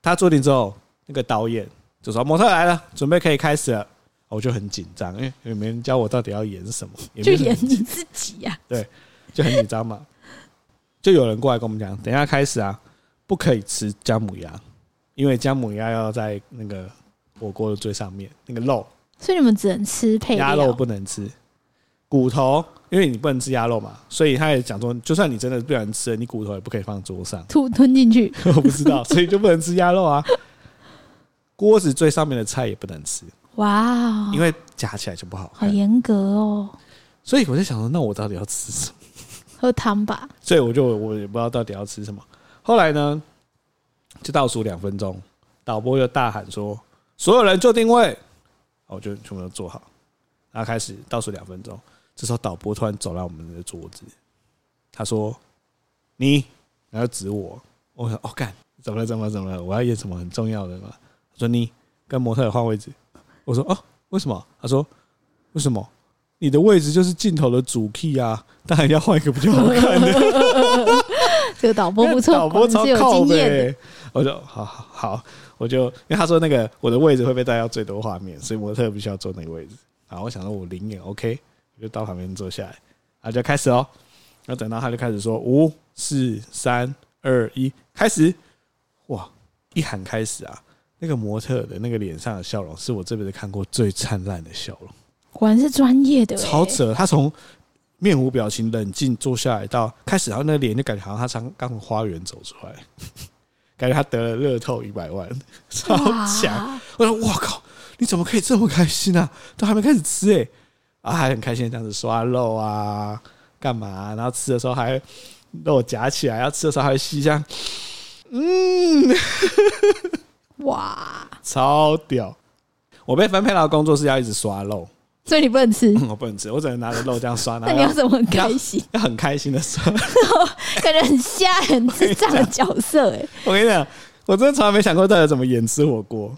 S3: 他坐定之后，那个导演就说：“模特来了，准备可以开始了。”我就很紧张，因为也没人教我到底要演什么，也没
S2: 就
S3: 有人
S2: 演你自己啊呀、
S3: 就很紧张嘛。就有人过来跟我们讲，等一下开始啊，不可以吃姜母鸭，因为姜母鸭要在那个火锅的最上面，那个肉
S2: 所以你们只能吃配
S3: 鸭
S2: 料。
S3: 肉不能吃，骨头，因为你不能吃鸭肉嘛，所以他也讲说，就算你真的不想吃了，你骨头也不可以放桌上。
S2: 吐吞进去，
S3: 我不知道，所以就不能吃鸭肉啊。锅子最上面的菜也不能吃，
S2: 哇，
S3: 因为夹起来就不好
S2: 哦好
S3: 看。
S2: 严格哦。
S3: 所以我在想说，那我到底要吃什么？
S2: 喝汤吧，
S3: 所以我就我也不知道到底要吃什么。后来呢，就倒数两分钟，导播就大喊说：“所有人就定位！”哦我就全部都坐好，然后开始倒数两分钟。这时候导播突然走来我们的桌子，他说：“你。”然后指我，我想：“哦，干，怎么了？怎么了？怎么了？我要演什么很重要的吗？”他说：“你跟模特儿换位置。”我说：“哦，为什么？”他说：“为什么？你的位置就是镜头的主 key 啊，当然要换一个比较好看的。”
S2: 这个导播不错，
S3: 导播
S2: 果
S3: 超
S2: 然是有
S3: 靠欸
S2: 经
S3: 北
S2: 验的。
S3: 我就好好好，我就因为他说那个我的位置会被带到最多画面，所以模特必须要坐那个位置。然后我想说我灵眼 OK，我就到旁边坐下来，然后就开始哦。然后等到他就开始说五四三二一开始，哇！一喊开始啊，那个模特的那个脸上的笑容是我这辈子看过最灿烂的笑容。
S2: 果然是专业的、欸，
S3: 超扯！他从面无表情、冷静坐下来到开始，然后那脸就感觉好像他刚刚从花园走出来， 感觉他得了乐透一百万， 超强！
S2: 哇！
S3: 我说：“我靠，你怎么可以这么开心啊？都还没开始吃哎、啊，还很开心，这样子刷肉啊，干嘛啊、然后吃的时候还肉夹起来，要吃的时候还吸一下，嗯，
S2: 哇！
S3: 超屌！我被分配到的工作是要一直刷肉，
S2: 所以你不能吃，
S3: 我不能吃，我只能拿着肉这样 刷，
S2: 那
S3: 然
S2: 你
S3: 后
S2: 要
S3: 要
S2: 怎么很开心？
S3: 要很开心的刷。”啊
S2: 感觉很瞎、很智障的角色、 欸，
S3: 我跟你讲，我真的从来没想过到底怎么演吃火锅。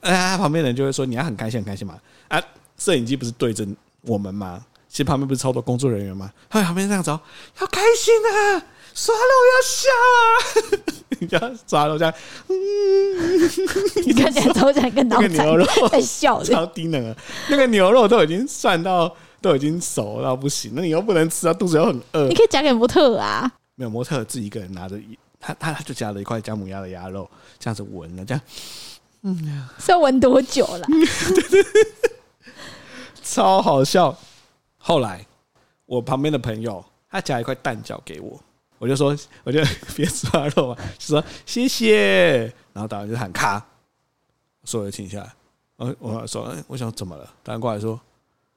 S3: 啊，旁边的人就会说你要很开心，很开心嘛。啊，摄影机不是对着我们吗？其实旁边不是超多工作人员吗？他在旁边这样子、哦，要开心啊，刷肉要笑啊， 你就要刷肉这样，
S2: 你看起来超像一个脑
S3: 那个牛
S2: 残
S3: 肉
S2: 在笑的，
S3: 超低能啊！那个牛肉都已经涮到都已经熟到不行，那你又不能吃啊，肚子又很饿
S2: 你。可以讲给模特啊。
S3: 没有模啊特自己一个人拿着一，他他他就夹了一块姜母鸭的鸭肉，这样子闻了，这样，
S2: 是要玩多久了？
S3: 嗯超好笑。后来我旁边的朋友他夹一块蛋饺给我，我就说我就别抓肉嘛，就说谢谢。然后导演就喊咔，所有人停下来。呃，我说哎我想怎么了？导演过来说，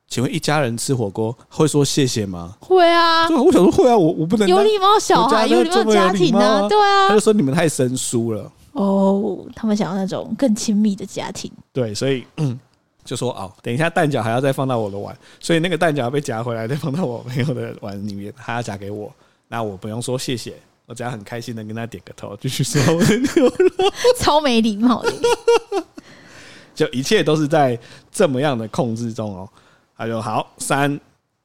S3: 请问一家人吃火锅会说谢谢吗？
S2: 会啊
S3: 对，啊，我想说会啊，我我不能
S2: 有
S3: 当。
S2: 礼貌小孩，
S3: 我家
S2: 有礼貌家庭
S3: 这么有礼貌
S2: 啊，
S3: 啊
S2: 对
S3: 他
S2: 啊
S3: 就。说你们太生疏了。
S2: 哦，他们想要那种更亲密的家庭，
S3: 对，所以嗯， 就说哦，等一下蛋饺还要再放到我的碗，所以那个蛋饺被夹回来，再放到我朋友的碗里面，他要夹给我，那我不用说谢谢，我只要很开心的跟他点个头，继续说 我的牛肉，
S2: 超没礼貌的。
S3: 就一切都是在这么样的控制中哦。他就好，三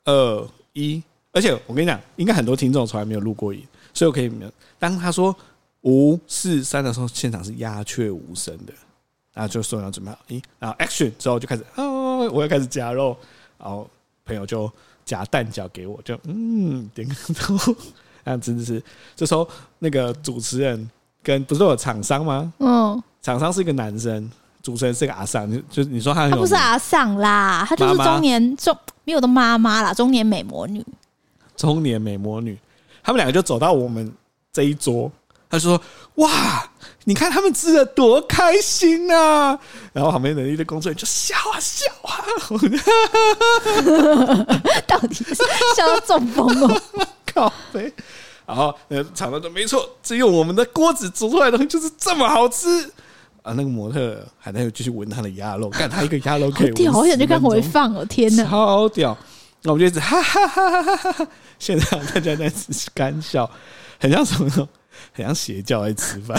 S3: 二一，而且我跟你讲，应该很多听众从来没有录过瘾，所以我可以当他说五四三的时候，现场是鸦雀无声的。然后就说要准备好，咦，然后 action 之后就开始，哦，我又开始夹肉，然后朋友就夹蛋饺给我，就嗯点个头， 那真的是，这时候那个主持人跟不是有厂商吗？
S2: 嗯，
S3: 厂商是一个男生，主持人是个阿桑，就就是你说他很
S2: 他
S3: 有
S2: 不是啊
S3: 名
S2: 阿尚啦，他就是
S3: 哎妈妈
S2: 中年中没有的妈妈啦，中年美魔女。
S3: 中年美魔女，他们两个就走到我们这一桌，他就说：“哇，你看他们吃的多开心啊！”然后旁边的一堆工作人员就笑啊笑啊， 我就
S2: 到底是笑到中风 哦！
S3: 靠背。然后呃，厂商说没错，只有我们的锅子煮出来的东西就是这么好吃啊！那个模特还在继续闻他的 鸭肉，看他一个鸭肉可
S2: 好
S3: 以
S2: 屌，
S3: 闻
S2: 好想去看
S3: 10分钟
S2: 回放哦！天哪，
S3: 超屌！那我们就一直哈哈哈哈哈哈哈，现场大家在吃干笑，很像什么呢？很像邪教在吃饭。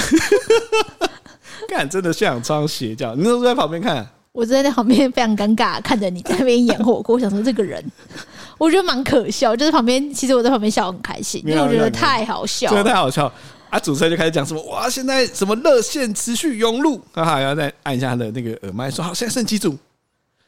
S3: 干，真的现场超像邪教，你那时候在旁边看，
S2: 我真的在旁边非常尴尬，看着你在那边演火锅，我想说这个人， 我觉得蛮可笑。就是旁边，其实我在旁边笑得很开心，
S3: 没
S2: 因
S3: 有
S2: 为我觉
S3: 没
S2: 得
S3: 有
S2: 太好笑
S3: 真的
S2: 了。
S3: 太好笑啊！主持人就开始讲什么哇，现在什么热线持续涌入，哈哈，然后再按一下他的那个耳麦，说好，现在剩几组？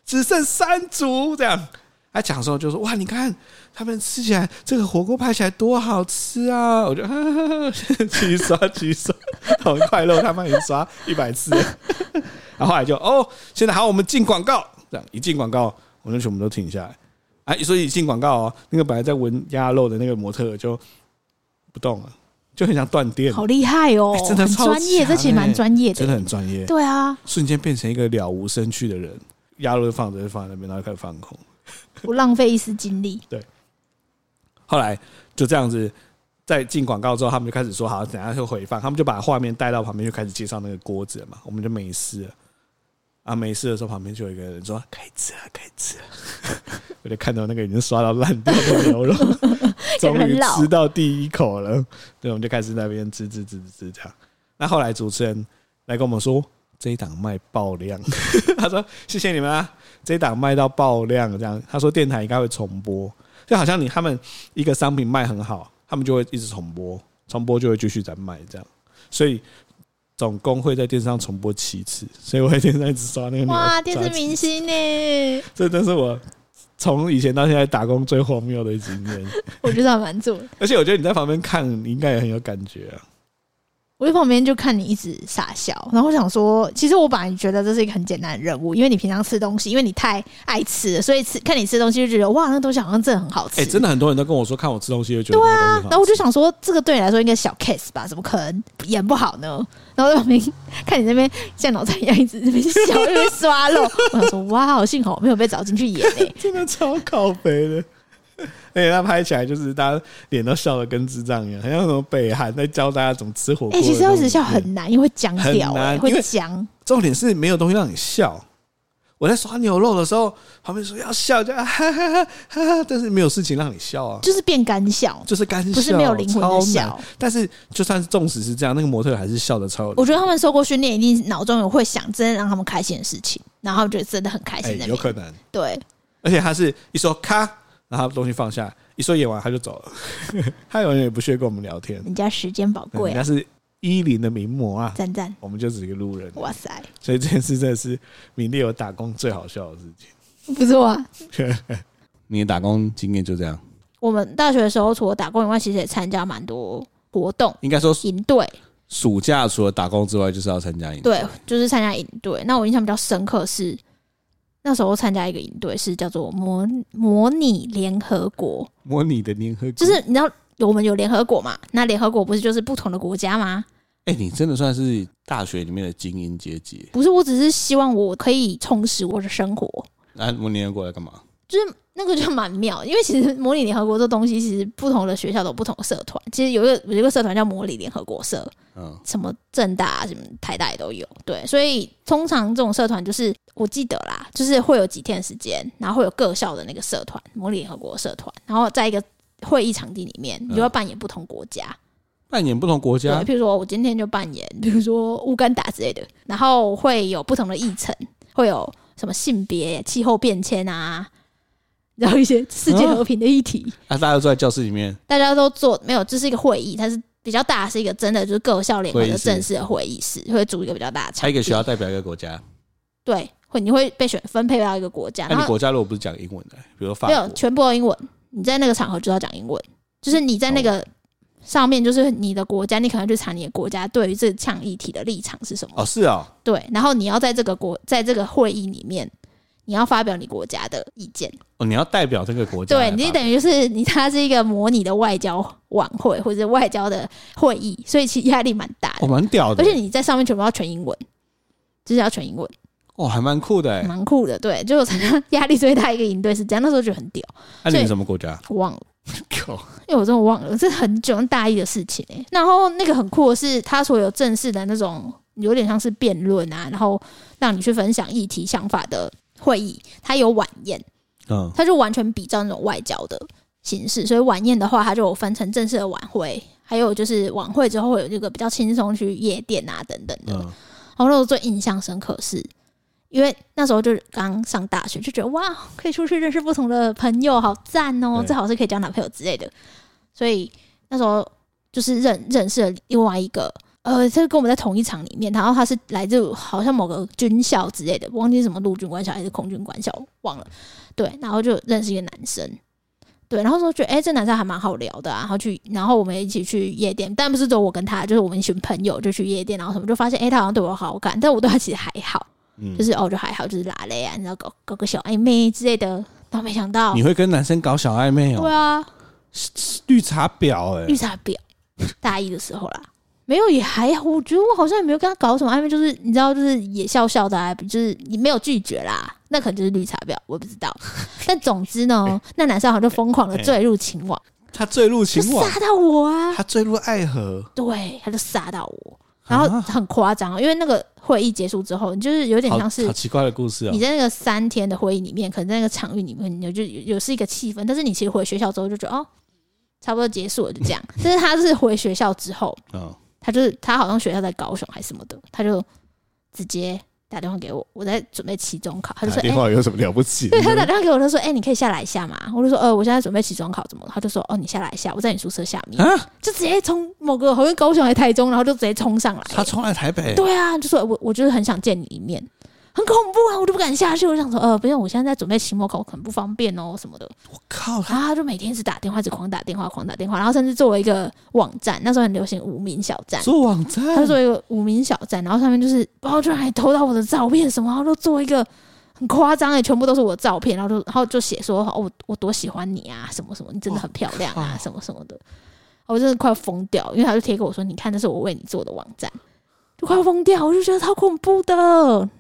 S3: 只剩三组，这样。他讲的时候就说：“哇，你看他们吃起来这个火锅拍起来多好吃啊！”我就哈哈哈， 齐刷齐刷，很快乐，他们已经刷一百次了。然后后来就哦，现在好，我们进广告，这样一进广告，我们就全部都停下来。哎、所以一进广告哦，那个本来在闻鸭肉的那个模特就不动了，就很想断电，
S2: 好厉害哦，
S3: 哎真的
S2: 很
S3: 超
S2: 专业，
S3: 强
S2: 这其实
S3: 哎
S2: 蛮专业
S3: 真
S2: 的。
S3: 的很专业，
S2: 对啊，
S3: 瞬间变成一个了无生趣的人。鸭肉就放着就放在那边，然后就开始放空。
S2: 不浪费一丝精力。
S3: 后来就这样子，在进广告之后，他们就开始说好，等一下就回放，他们就把画面带到旁边，就开始介绍那个锅子了嘛，我们就没事了。啊，没事的时候，旁边就有一个人说：“可以吃了，可以吃了。” 我就看到那个已经刷到烂掉的牛肉，终于吃到第一口了。对，我们就开始在那边吃吃吃吃吃这样。那后来主持人来跟我们说，这一档卖爆量， 他说：“谢谢你们啊，这一档卖到爆量这样。”他说电台应该会重播，就好像你他们一个商品卖很好，他们就会一直重播，重播就会继续在卖这样，所以总共会在电视上重播七次，所以我在电视上一直刷那个牛
S2: 哇，
S3: 杂
S2: 电视
S3: 鸡
S2: 明星呢？
S3: 这真是我从以前到现在打工最荒谬的经验，
S2: 我觉得还蛮做的。
S3: 而且我觉得你在旁边看，你应该也很有感觉啊。
S2: 我在旁边就看你一直傻笑，然后我想说，其实我本来觉得这是一个很简单的任务，因为你平常吃东西，因为你太爱吃了，所以吃看你吃东西就觉得哇，那东西好像真的很好吃。
S3: 哎、真的很多人都跟我说，看我吃东西就觉得对啊
S2: 然后我就想说，这个对你来说应该小 case 吧？怎么可能演不好呢？然后在旁边看你那边像脑残一样一直在那边笑，一边刷肉。 我想说，哇，幸好我没有被找进去演诶、
S3: 真的超靠背的。 而且他拍起来就是大家脸都笑得跟智障一样，很像什么北韩在教大家怎么吃火
S2: 哎、
S3: 锅的那种
S2: 其
S3: 影片。
S2: 实要一直笑很难，因为会僵掉、
S3: 很
S2: 欸，
S3: 难
S2: 会僵。
S3: 重点是没有东西让你笑。我在刷牛肉的时候，旁边说要笑就啊哈哈哈哈哈，但是没有事情让你笑啊，
S2: 就是变干笑，
S3: 就是干笑，
S2: 不是没有灵魂的
S3: 超
S2: 笑
S3: 难。。但是就算是纵使是这样，那个模特还是笑的超有灵。
S2: 我觉得他们受过训练，一定脑中有会想真的让他们开心的事情，然后他们就真的很开
S3: 哎、
S2: 心在那
S3: 有
S2: 边。
S3: 可能，
S2: 对，
S3: 而且他是一说咔，然后他东西放下，一说演完他就走了， 他永远也不屑跟我们聊天。
S2: 人家时间宝贵
S3: 人家
S2: 啊，
S3: 是一零的名模啊，
S2: 赞赞，
S3: 我们就只是一个路人。
S2: 哇塞，
S3: 所以这件事真的是名列我打工最好笑的事
S2: 不错啊。
S3: 情。
S1: 你的打工经验就这样，
S2: 我们大学的时候，除了打工以外，其实也参加蛮多活动，
S1: 应该说
S2: 营队，
S1: 暑假除了打工之外，就是要参加营队。
S2: 对，就是参加营队。那我印象比较深刻是那时候参加一个营队，是叫做模模拟联合国，
S3: 模拟的联合国，
S2: 就是你知道有我们有联合国嘛？那联合国不是就是不同的国家吗？
S1: 哎、你真的算是大学里面的精英阶级。
S2: 不是，我只是希望我可以充实我的生活。
S1: 那、模拟联合国来干嘛？
S2: 那个就蛮妙，因为其实模拟联合国这东西，其实不同的学校都有不同的社团。其实有一个有一个社团叫模拟联合国社，
S1: 嗯，
S2: 什么正大、啊、什么台大也都有。对，所以通常这种社团就是我记得啦，就是会有几天的时间，然后会有各校的那个社团，模拟联合国社团，然后在一个会议场地里面，你就要扮演不同国家。
S1: 扮演不同国
S2: 对
S1: 家，，
S2: 譬如说我今天就扮演， 比如说乌干达之类的，然后会有不同的议程，会有什么性别、气候变迁啊， 然后一些世界和平的议题。
S1: 啊，大家都坐在教室里面，
S2: 大家都做没有，这是一个会议，它是比较大，是一个真的就是各校联合
S1: 会议
S2: 的
S1: 室
S2: 正式的会议室，会组一个比较大的场
S1: 他一个
S2: 地
S1: 学校代表一个国家。
S2: 对，会你会被选分配到一个国家，
S1: 那
S2: 然
S1: 你
S2: 后
S1: 国家如果不是讲英文的，比如说法
S2: 没有
S1: 国，
S2: 全部都英文，你在那个场合就要讲英文，就是你
S1: 哦
S2: 在那个上面，就是你的国家，你可能去查你的国家对于这项议题的立场是什么，
S1: 哦，是哦，
S2: 对，然后你要在这个国在这个会议里面。你要发表你国家的意见，
S1: 哦，你要代表这个国家来
S2: 对
S1: 哎吧，
S2: 你等于就是你，它是一个模拟的外交晚会或者是外交的会议，所以其实压力蛮大的。
S1: 哦，蛮屌的，
S2: 而且你在上面全部要全英文，就是要全英文，
S1: 哦，还蛮酷的哎。
S2: 蛮酷的。对，就我参加 压力最大一个营队是这样，那时候觉得很屌，
S1: 那
S2: 所以
S1: 啊你什么国家？
S2: 我忘了，因为我真的忘了，这很久大一的事情哎、然后那个很酷的是，他所有正式的那种，有点像是辩论啊，然后让你去分享议题想法的会议，他有晚宴，
S1: 嗯，
S2: 他就完全比照那种外交的形式，所以晚宴的话，它就有分成正式的晚会，还有就是晚会之后会有这个比较轻松去夜店啊等等的。然
S1: 嗯，
S2: 后那时候最印象深刻是，因为那时候就是刚上大学，就觉得哇，可以出去认识不同的朋友，好赞哦、
S1: 对
S2: 最好是可以交男朋友之类的。所以那时候就是认认识了另外一个，呃，他就跟我们在同一场里面，然后他是来自好像某个军校之类的，忘记是什么陆军官校还是空军官校，忘了。对，然后就认识一个男生。对，然后说觉得哎、这男生还蛮好聊的啊，然后去，然后我们也一起去夜店，但不是只有我跟他，就是我们一群朋友就去夜店，然后什么就发现哎、他好像对我有好感，但我对他其实还好，
S1: 嗯
S2: 就是哦就还好，就是拉嘞啊，你知道搞搞个小暧昧之类的，然后没想到
S1: 你，会跟男生搞小暧昧
S2: 对
S1: 哦，
S2: 啊，
S1: 绿茶婊哎
S2: 绿，茶婊，大一的时候啦，没有也还好，我觉得我好像也没有跟他搞什么暧昧，就是你知道就是也笑笑的、啊，就是你没有拒绝啦，那可能就是绿茶 婊，我也不知道，但总之呢，那男生好像就疯狂的坠入情网，
S1: 他坠入
S2: 就
S1: 情网，
S2: 杀到我啊，
S1: 他坠入爱河，
S2: 对，他就杀到我，
S1: 啊
S2: 然后很夸张哦，因为那个会议结束之后，你就是有点
S1: 好
S2: 像是
S1: 好奇怪的故事哦
S2: 你。在那个三天的会议里面，可能在那个场域里面，你就有有是一个气氛，但是你其实回学校之后就觉得哦，差不多结束了，就这样。但是他是回学校之后，
S1: 嗯，
S2: 他就是他好像学校在高雄还是什么的，他就直接打电话给我，我在准备期中考，他就说哎。
S1: 打电话有什么了不起？
S2: 对他打电话给我，他说：“哎、你可以下来一下嘛？”我就说：“呃，我现在准备期中考，怎么了？”他就说：“哦，你下来一下，我在你宿舍下面。
S1: 啊，
S2: 就直接从某个好像高雄还是台中，然后就直接冲上来。
S1: 他冲来台北，
S2: 对啊，就说我我就是很想见你一面，很恐怖啊，我就不敢下去。我就想说，呃，不用，我现在在准备期末考，可能不方便哦什么的。
S1: 我靠，他
S2: 然后他就每天一直打电话，一直狂打电话，狂打电话，然后甚至作为一个网站，那时候很流行无名小站。
S1: 做网
S2: 他就
S1: 站，
S2: 做一个无名小站，然后上面就是包括居然还偷到我的照片什么，然后就做一个很夸张的，欸全部都是我的照片，然后就然后就写说哦，我我多喜欢你啊，什么什么，你真的很漂亮啊
S1: 哇，靠
S2: 什么什么的，哦我真的快要疯掉，因为他就贴给我说，你看这是我为你做的网站，就快要疯掉，我就觉得超恐怖的，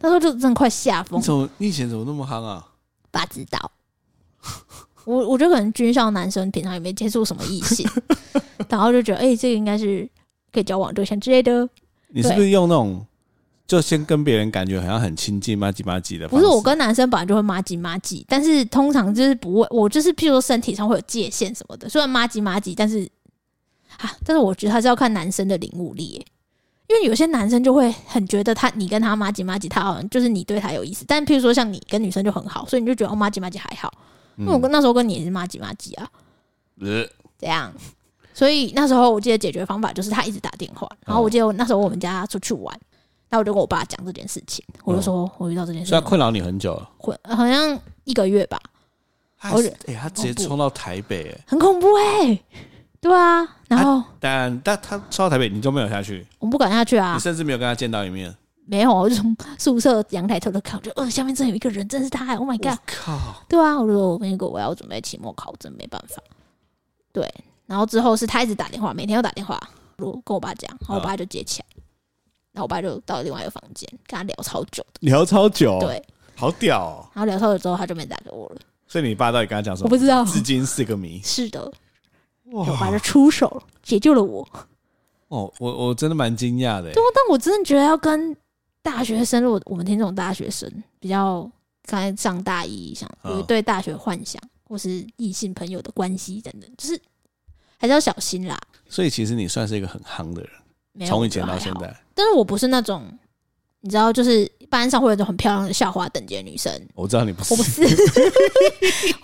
S2: 那时候就真的快吓疯
S1: 你，怎么哦你以前怎么那么憨啊？
S2: 爸知道。我我觉得可能军校男生平常也没接触什么异 性，然后就觉得哎、这个应该是可以交往对象之类的，
S1: 你是不是用那种就先跟别人感觉好像很亲近嘛唧嘛唧的方
S2: 不
S1: 式？
S2: 是我跟男生本来就会麻吉麻吉，但是通常就是不会，我就是譬如说身体上会有界限什么的，虽然麻吉麻吉，但是啊，但是我觉得还是要看男生的领悟力耶，因为有些男生就会很觉得他你跟他麻吉麻吉，他好像就是你对他有意思，但譬如说像你跟女生就很好，所以你就觉得哦麻吉麻吉还好，因为我跟那时候跟你也是麻吉麻吉啊，
S3: 呃
S1: 嗯
S2: 这样。所以那时候我记得解决方法就是他一直打电话，
S1: 哦
S2: 然后我记得我那时候我们家出去玩，那我就跟我爸讲这件事情，我就
S1: 哦
S2: 说我遇到这件事
S1: 虽
S2: 情
S1: 然，困扰你很久了，
S2: 混好像一个月吧，
S1: 他
S2: 我
S1: 哎，他直接冲到台北，哎
S2: 很恐怖哎、对啊，然后
S3: 但但他烧到台北，你就没有下去，
S2: 我不敢下去啊
S3: 你，甚至没有跟他见到一面。
S2: 没有，啊我就从宿舍阳台偷偷看，我就呃，下面真有一个人，真是他，Oh my
S3: 我
S2: god！
S3: 靠！
S2: 对啊，我就说我那个我要准备期末考，真没办法。对，然后之后是他一直打电话，每天都打电话，我跟我爸讲，然后我爸就接起来，然后我爸就到另外一个房间跟他聊超久的，
S3: 聊超久，
S2: 对，
S3: 好屌、哦。
S2: 然后聊超久之后他就没打给我了，
S3: 所以你爸到底跟他讲什
S2: 我
S3: 么？
S2: 不知道，
S3: 至今是个谜。
S2: 是的，我爸
S3: 哦哇
S2: 就出手了解救了我。
S3: 哦，我我真的蛮惊讶的耶
S2: 对。啊，但我真的觉得要跟大学生，如果我们听这种大学生比较刚才上大一，想有
S3: 嗯
S2: 对大学幻想，或是异性朋友的关系等等，就是还是要小心啦。
S3: 所以其实你算是一个很夯的人，
S2: 没有
S3: 从
S2: 我
S3: 以
S2: 觉
S3: 前
S2: 得
S3: 到
S2: 还
S3: 现
S2: 好
S3: 在，
S2: 但是我不是那种你知道，就是班上会有一种很漂亮的校花等级的女生，
S3: 我知道你不是
S2: 我不， 是，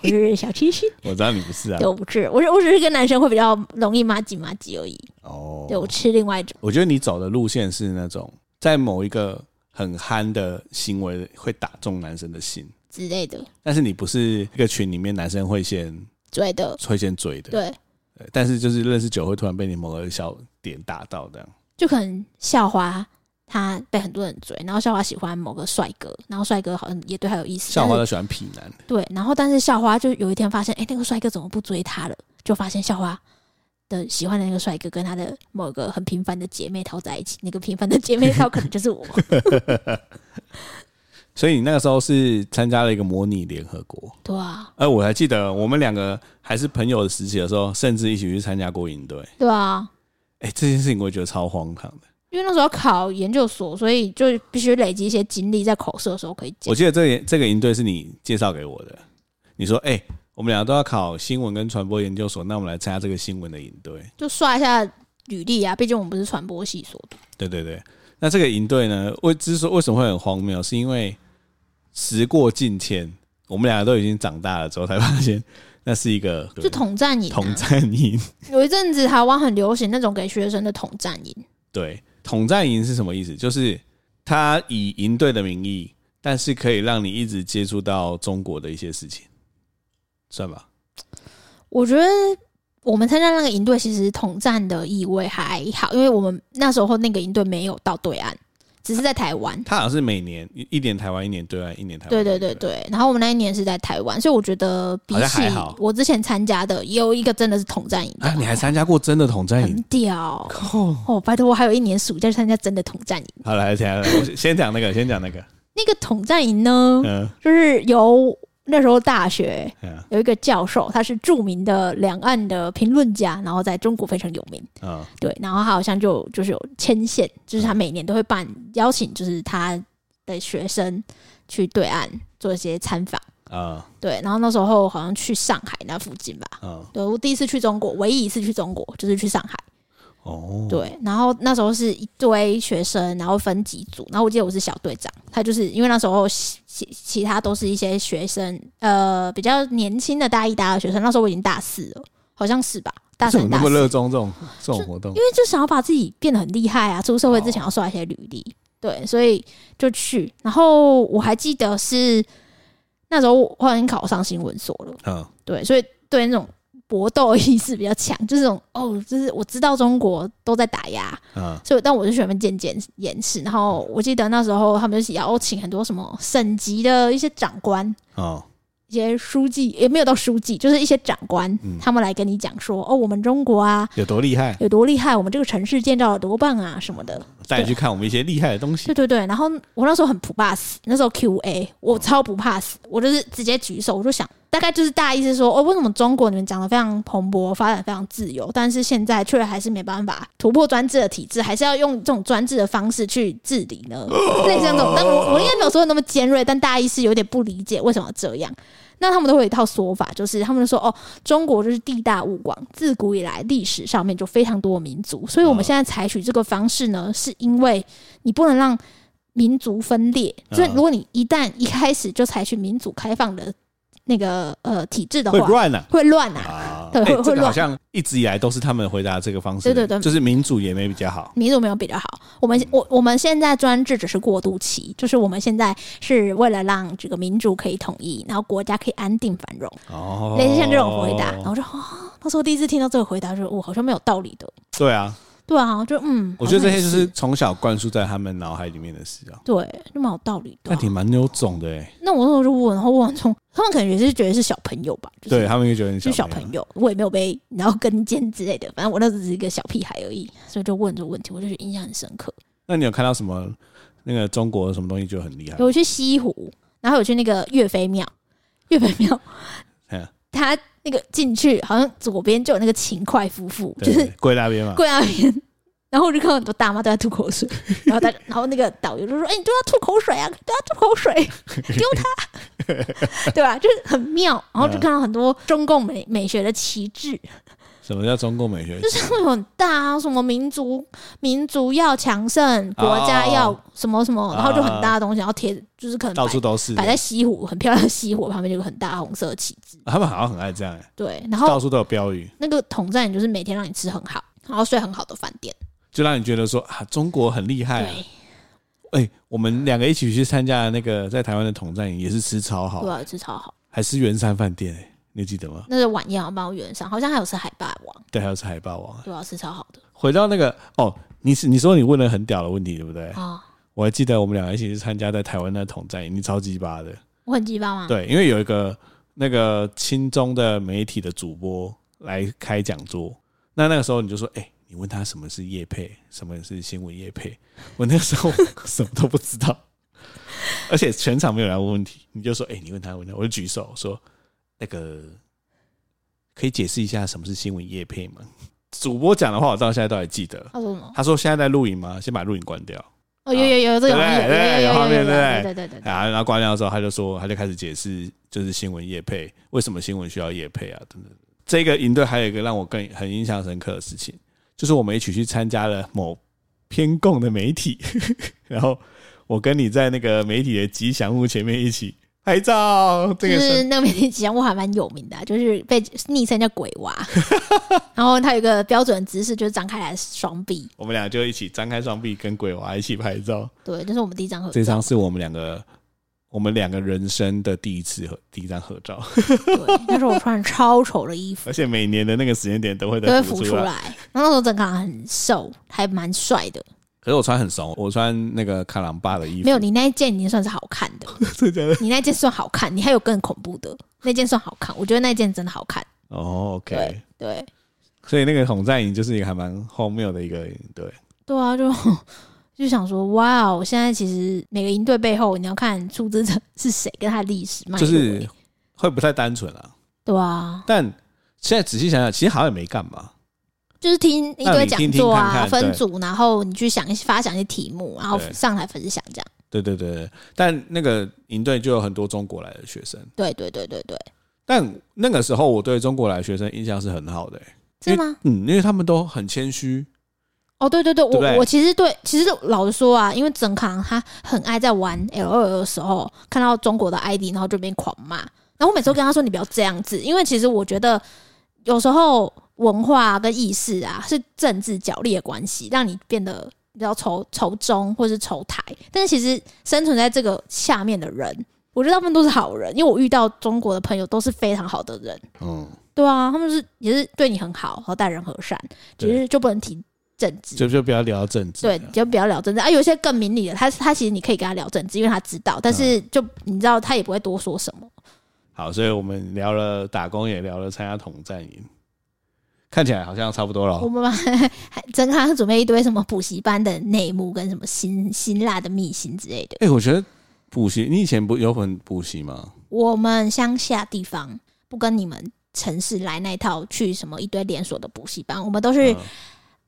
S2: 我是小清新，
S3: 我知道你不是啊
S2: 对，。我不是，我是我只是跟男生会比较容易麻吉麻吉而已。
S3: 哦，
S2: 对我吃另外一种，
S3: 我觉得你走的路线是那种在某一个很憨的行为会打中男生的心，
S2: 之类的，
S3: 但是你不是一个群里面男生会先
S2: 对的，
S3: 会先追的，
S2: 对，
S3: 对但是就是认识久会突然被你某个小点打到这样。
S2: 就可能校花她被很多人追，然后校花喜欢某个帅哥，然后帅哥好像也对她有意思，
S3: 校花
S2: 但
S3: 都
S2: 是
S3: 喜欢痞男，
S2: 对，然后但是校花就有一天发现，哎、那个帅哥怎么不追她了？就发现校花的喜欢的那个帅哥跟她的某个很平凡的姐妹淘在一起，那个平凡的姐妹淘可能就是我。
S3: 所以你那个时候是参加了一个模拟联合国。
S2: 对啊，
S3: 哎，我还记得我们两个还是朋友的时期的时候，甚至一起去参加过营队。
S2: 对啊，
S3: 哎、这件事情我也觉得超荒唐的。
S2: 因为那时候要考研究所，所以就必须累积一些经历，在口试的时候可以讲
S3: 我。记得这个这个营队是你介绍给我的，你说，哎、我们两个都要考新闻跟传播研究所，那我们来参加这个新闻的营队。
S2: 就刷一下履历啊，毕竟我们不是传播系所的。
S3: 对对对，那这个营队呢，为之所为什么会很荒谬，是因为时过境迁，我们两个都已经长大了之后，才发现 那是一个
S2: 就统战营、啊，
S3: 统战营。
S2: 有一阵子台湾很流行那种给学生的统战营，
S3: 对，统战营是什么意思？就是他以营队的名义，但是可以让你一直接触到中国的一些事情，算吧。
S2: 我觉得我们参加那个营队，其实统战的意味还好，因为我们那时候那个营队没有到对岸，只是在台湾。
S3: 他好像是每年一一年台湾，一年对岸，一年台湾。
S2: 对对对
S3: 对岸，
S2: 对，然后我们那一年是在台湾，所以我觉得比
S3: 好像
S2: 起
S3: 还好
S2: 我之前参加的，有一个真的是统战营的，
S3: 啊，你还参加过真的统战
S2: 很
S3: 营？
S2: 屌
S3: 靠！
S2: 哦！拜托，我还有一年暑假去参加真的统战营。
S3: 好了，来来来，我先讲那个，先讲那个。
S2: 那个统战营呢，
S3: 嗯
S2: 就是由那时候大学
S3: 嗯
S2: 有一个教授，他是著名的两岸的评论家，然后在中国非常有名。
S3: 嗯，
S2: 对，然后他好像就就是有牵线，就是他每年都会办邀请，就是他的学生去对岸做一些参访。
S3: 啊
S2: 对，然后那时候好像去上海那附近吧。
S3: 啊
S2: 对，我第一次去中国，唯一一次去中国就是去上海。
S1: 嗯
S3: 哦，
S2: 对，然后那时候是一堆学生，然后分几组，然后我记得我是小队长，他就是因为那时候其其其他都是一些学生，呃，比较年轻的大一、大二学生，那时候我已经大四了，好像是吧，大
S3: 怎么
S2: 三、
S3: 那
S2: 大
S3: 么
S2: 四，
S3: 热衷这种这种活动？
S2: 因为就想要把自己变得很厉害啊，出社会之前
S3: 哦
S2: 要刷一些履历，对，所以就去，然后我还记得是那时候我已经考上新闻所了。
S3: 嗯，
S2: 对，所以对那种搏斗意识比较强，就是那种哦，就是我知道中国都在打压，
S3: 嗯
S2: 所以但我就喜欢见见掩饰。然后我记得那时候他们就是邀请很多什么省级的一些长官。
S3: 哦，
S2: 一些书记也没有到书记，就是一些长官，
S3: 嗯
S2: 他们来跟你讲说，哦，我们中国啊
S3: 有多厉害？
S2: 有多厉害，我们这个城市建造了多棒啊什么的。
S3: 带你去看我们一些厉害的东西
S2: 对。对对，然后我那时候很不怕死，那时候 Q&A 我超不怕死，我就是直接举手，我就想大概就是大意是说，哦，为什么中国你们讲的非常蓬勃，发展非常自由，但是现在却还是没办法突破专制的体制，还是要用这种专制的方式去治理 呢？类似那种，但我我应该没有说的那么尖锐，但大意是有点不理解为什么这样。那他们都会有一套说法，就是他们就说哦，中国就是地大物广，自古以来历史上面就非常多民族，所以我们
S3: 嗯
S2: 现在采取这个方式呢，是因为你不能让民族分裂。
S3: 嗯
S2: 所以如果你一旦一开始就采取民主开放的那个呃体制的
S3: 会
S2: 话，
S3: 乱啊！
S2: 会乱啊。
S3: 啊，
S2: 对
S3: 哎
S2: 会
S3: 这
S2: 会
S3: 个
S2: 乱
S3: 好像一直以来都是他们回答这个方式的，
S2: 对对对
S3: 就是民主也没比较好，
S2: 民主没有比较好，我们我我们现在专制只是过渡期，就是我们现在是为了让这个民主可以统一，然后国家可以安定繁荣，
S3: 哦，
S2: 类似像这种回答，然后我就哦，那时候第一次听到这个回答，就是我好像没有道理的，
S3: 对啊，
S2: 对啊，就嗯，
S3: 我觉得这
S2: 好像
S3: 些
S2: 也
S3: 就是从小灌输在他们脑海里面的事啊。
S2: 对，就蛮有道理的
S3: 那
S2: 啊、
S3: 挺蛮有种的哎，
S2: 那我那时候就问，然后问完之后，他们可能也是觉得是小朋友吧，就是、
S3: 对他们也觉得你
S2: 就是小朋友，我也没有被然后跟监之类的，反正我那时候只是一个小屁孩而已，所以就问这个问题，我就觉得印象很深刻。
S3: 那你有看到什么那个中国什么东西就很厉害？
S2: 有去西湖，然后有去那个岳飞庙，岳飞庙
S3: 嗯，
S2: 他那个进去好像左边就有那个勤快夫妇，就
S3: 对
S2: 是
S3: 跪那边 嘛，
S2: 跪那边。然后我就看到很多大妈都在吐口 水，然后大家，然后那个导游就说：“哎、你对他吐口水啊，对他吐口 水，丢他， 对吧？就是很妙。”然后
S3: 啊
S2: 就看到很多中共美美学的旗帜，
S3: 什么叫中共美学？
S2: 就是会有很大啊，什么民族民族要强盛，
S3: 哦
S2: 国家要什么什么，然后就很大的东西，然后贴就是可能
S3: 啊到
S2: 摆
S3: 处都是，
S2: 摆在西湖，很漂亮的西湖旁边就有个很大的红色的旗帜，
S3: 他们好像很爱这样欸，
S2: 对，然
S3: 到
S2: 后
S3: 处都有标语，
S2: 那个统战就是每天让你吃很好，然后睡很好的饭店，
S3: 就让你觉得说啊，中国很厉害啊。
S2: 对，
S3: 哎，我们两个一起去参加那个在台湾的统战营，也是吃超好
S2: 对，啊，吃超好。
S3: 还是圆山饭店欸，你记得吗？
S2: 那是晚宴，帮我圆上，好像还有吃海霸王，
S3: 对，还有吃海霸王啊。
S2: 对啊，吃超好的
S3: 回到那个哦，你是你说你问了很屌的问题，对不对？
S2: 啊，
S3: 我还记得我们两个一起去参加在台湾的统战营，你超级巴的。
S2: 我很鸡巴吗？
S3: 对，因为有一个那个青中的媒体的主播来开讲座，那那个时候你就说，哎、你问他什么是叶配，什么是新闻叶配，我那个时候什么都不知道，而且全场没有人问问题，你就说，哎、你问他问他，我就举手说，那个可以解释一下什么是新闻叶配吗？主播讲的话，我到现在都还记得。
S2: 他说什么？
S3: 他说现在在录影吗？先把录影关掉。
S2: 哦，有有有，这个好像有有有有有有，对对对对，
S3: 啊，然后挂掉之后，他就说，他就开始解释，就是新闻业配为什么新闻需要业配啊，等等。这个营队还有一个让我更很印象深刻的事情，就是我们一起去参加了某偏共的媒体， 然后我跟你在那个媒体的吉祥物前面一起拍照，这
S2: 就
S3: 个
S2: 是
S3: 是
S2: 那个媒体吉祥物还蛮有名的啊、就是被昵称叫鬼娃，然后他有一个标准姿势，就是张开来的双臂，
S3: 我们俩就一起张开双臂跟鬼娃一起拍照。
S2: 对，这是我们第一张合
S3: 这
S2: 照
S3: 张，是我们两个我们两个人生的第一次合第一张合照，
S2: 对，那时候我穿超丑的衣服。
S3: 而且每年的那个时间点都会
S2: 都会
S3: 再
S2: 浮
S3: 浮
S2: 出
S3: 出来。
S2: 来，然后那时候郑康很瘦，还蛮帅的。
S3: 可是我穿很怂，我穿那个卡朗巴的衣服，
S2: 没有，你那一件已经算是好看的，
S3: 真的假的
S2: 你那件算好看，你还有更恐怖的，那件算好看，我觉得那件真的好看。
S3: 哦，OK、o
S2: 对
S3: k
S2: 对
S3: 所以那个统战营就是一个还蛮荒谬的一个营队，
S2: 对啊，就就想说，哇哦，现在其实每个营队背后，你要看出资者是谁，跟他的历史脉络，
S3: 就是会不太单纯啊。
S2: 对啊，
S3: 但现在仔细想想，其实好像也没干嘛。
S2: 就是听一
S3: 那
S2: 堆
S3: 你
S2: 讲
S3: 听听
S2: 座
S3: 看
S2: 啊，
S3: 看
S2: 分
S3: 对
S2: 组，然后你去想一些发想一些题目，然后
S3: 对
S2: 上台分享这样。
S3: 对对对对，但那个营队就有很多中国来的学生，
S2: 对对对对对，
S3: 但那个时候我对中国来的学生印象是很好的、欸
S2: 是吗？
S3: 嗯，因为他们都很谦虚，
S2: 哦，对对对，我
S3: 对不对
S2: 我其实对，其实老实说啊，因为整康他很爱在玩 L 二的时候看到中国的 ID，然后就边狂骂。然后我每次都跟他说：“你不要这样子。”因为其实我觉得有时候文化跟意识啊是政治角力的关系，让你变得比较仇仇中或是仇台。但是其实生存在这个下面的人，我觉得他们都是好人，因为我遇到中国的朋友都是非常好的人。
S3: 嗯，
S2: 对啊，他们是也是对你很好，然后待人和善，只
S3: 对
S2: 是就不能提政治。
S3: 就就不要聊政治
S2: 对
S3: 了，，
S2: 就不要聊政治啊。有一些更明理的，他他其实你可以跟他聊政治，因为他知道，但是
S3: 嗯
S2: 就你知道他也不会多说什么。
S3: 好，所以我们聊了打工，也聊了参加统战营，看起来好像差不多了
S2: 我
S3: 哦。
S2: 们 还还真康准备一堆什么补习班的内幕跟什么辛辛辣的秘辛之类的。
S3: 哎、我觉得补习，你以前不有很补习吗？
S2: 我们乡下地方不跟你们城市来那一套，去什么一堆连锁的补习班，我们都是
S3: 嗯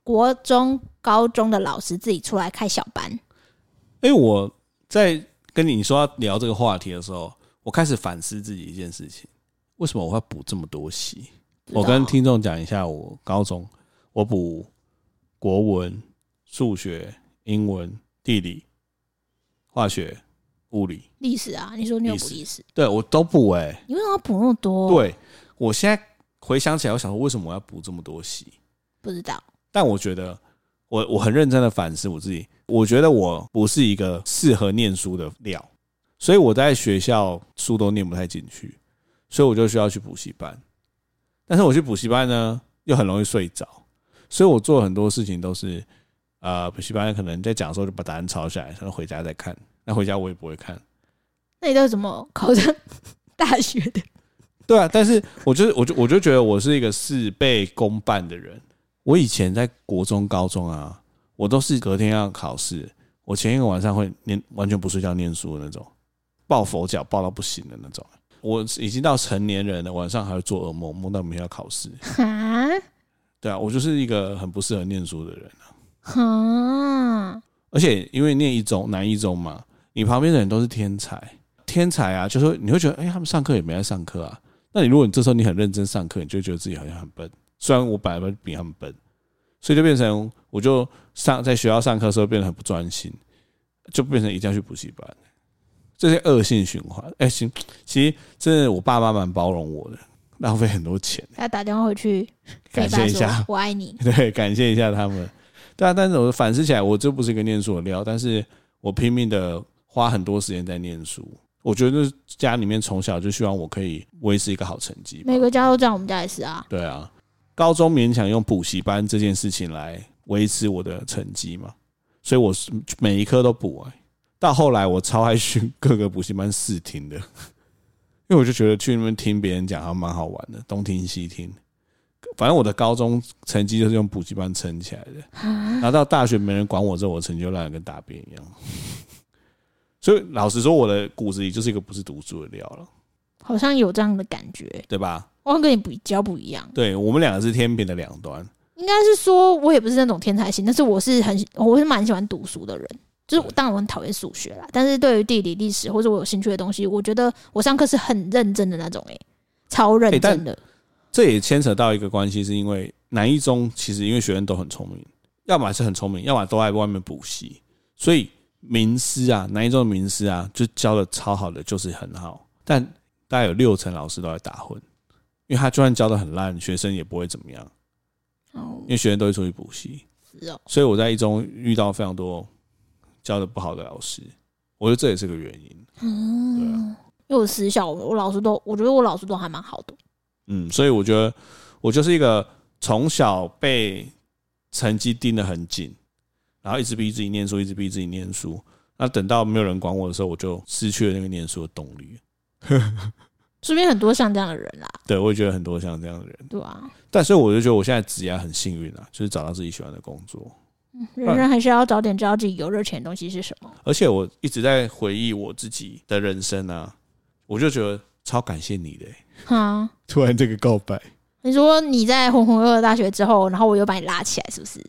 S2: 国中、高中的老师自己出来开小班。
S3: 哎、我在跟你说要聊这个话题的时候，我开始反思自己一件事情：为什么我会补这么多习？我跟听众讲一下，我高中我补国文、数学、英文、地理、化学、物理，
S2: 历史啊，你说你有补
S3: 历史
S2: 历史，
S3: 对我都补哎、
S2: 你为什么要补那么多？，
S3: 对我现在回想起来，我想说为什么我要补这么多习？
S2: 不知道。
S3: 但我觉得我我很认真的反思我自己，我觉得我不是一个适合念书的料，所以我在学校书都念不太进去，所以我就需要去补习班。
S1: 但是我去补习班呢，又很容易睡着，所以我做很多事情都是，呃，补习班可能在讲的时候就把答案抄下来，然后回家再看。那回家我也不会看，
S2: 那你都怎么考上 大学的？
S1: 对啊，但是我就是，我就我就觉得我是一个事倍功半的人。我以前在国中、高中啊，我都是隔天要考试，我前一个晚上会念，完全不睡觉念书的那种，抱佛脚抱到不行的那种。我已经到成年人了，晚上还会做噩梦，梦到明天要考试。
S2: 哈
S1: 对啊，我就是一个很不适合念书的人，
S2: 哈，
S1: 而且因为念一中、南一中嘛，你旁边的人都是天才，天才啊，就说你会觉得，哎、他们上课也没在上课啊。那你如果你这时候你很认真上课，你就会觉得自己好像很笨。虽然我本来不比他们笨，所以就变成我就上在学校上课的时候变得很不专心，就变成一定要去补习班，这些恶性循环。哎、行，其实真的我爸妈蛮包容我的，浪费很多钱。
S2: 他打电话回去，
S1: 感谢
S2: 对爸
S1: 一
S2: 说
S1: 下
S2: 我爱你。
S1: 对，感谢一下他们。对啊，但是我反思起来，我这不是一个念书的料，但是我拼命的花很多时间在念书。我觉得家里面从小就希望我可以维持一个好成绩吧。
S2: 每个家都这样，我们家也是啊。
S1: 对啊，高中勉强用补习班这件事情来维持我的成绩嘛，所以我是每一科都补、欸。到后来我超爱去各个补习班试听的，因为我就觉得去那边听别人讲还蛮好玩的，东听西听。反正我的高中成绩就是用补习班撑起来的，然后到大学没人管我之后，我成绩就烂得跟大便一样。所以老实说，我的骨子里就是一个不是读书的料了，
S2: 好像有这样的感觉，
S1: 对吧？
S2: 我好像跟你比较不一样。
S1: 对我们两个是天平的两端。
S2: 应该是说，我也不是那种天才型，但是我是很，我是蛮喜欢读书的人。就是我当然我很讨厌数学啦，但是对于地理、历史或者我有兴趣的东西，我觉得我上课是很认真的那种、欸，超认真的。
S1: 这也牵扯到一个关系，是因为南一中其实因为学生都很聪明，要么是很聪明，要么都在外面补习，所以名师啊，南一中的名师啊，就教的超好的，就是很好，但大概有六成老师都在打混，因为他就算教的很烂，学生也不会怎么样，
S2: 哦
S1: 因，为学生都会出去补习，
S2: 是哦，
S1: 所以我在一中遇到非常多教的不好的老师，我觉得这也是个原因，对啊。
S2: 嗯因为我私校，我我老师都，我觉得我老师都还蛮好的。
S1: 嗯，所以我觉得我就是一个从小被成绩盯得很紧，然后一直逼自己念书，一直逼自己念书。那等到没有人管我的时候，我就失去了那个念书的动力。
S2: 身边很多像这样的人啊啦，
S1: 对，我也觉得很多像这样的人，
S2: 对啊，
S1: 但所以我就觉得我现在职业很幸运啊，就是找到自己喜欢的工作。
S2: 嗯人生还是要早点知道自己有热情的东西是什么。
S1: 而且我一直在回忆我自己的人生啊，我就觉得超感谢你的欸、
S2: 哈，
S1: 突然这个告白，
S2: 你说你在浑浑噩噩大学之后，然后我又把你拉起来，是不是？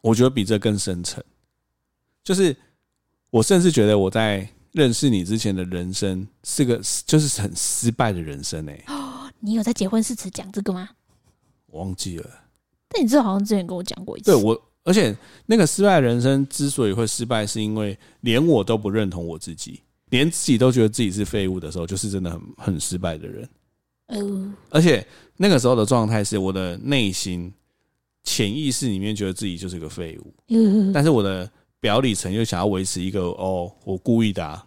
S1: 我觉得比这更深层，就是我甚至觉得我在认识你之前的人生是个就是很失败的人生哎、
S2: 你有在结婚誓词讲这个吗？
S1: 我忘记了。
S2: 但你这好像之前跟我讲过一次。
S1: 对我，而且那个失败的人生之所以会失败，是因为连我都不认同我自己，连自己都觉得自己是废物的时候，就是真的很很失败的人。
S2: 哦，
S1: 而且那个时候的状态是我的内心潜意识里面觉得自己就是个废物，
S2: 呃
S1: 但是我的表里层又想要维持一个哦，我故意的、啊。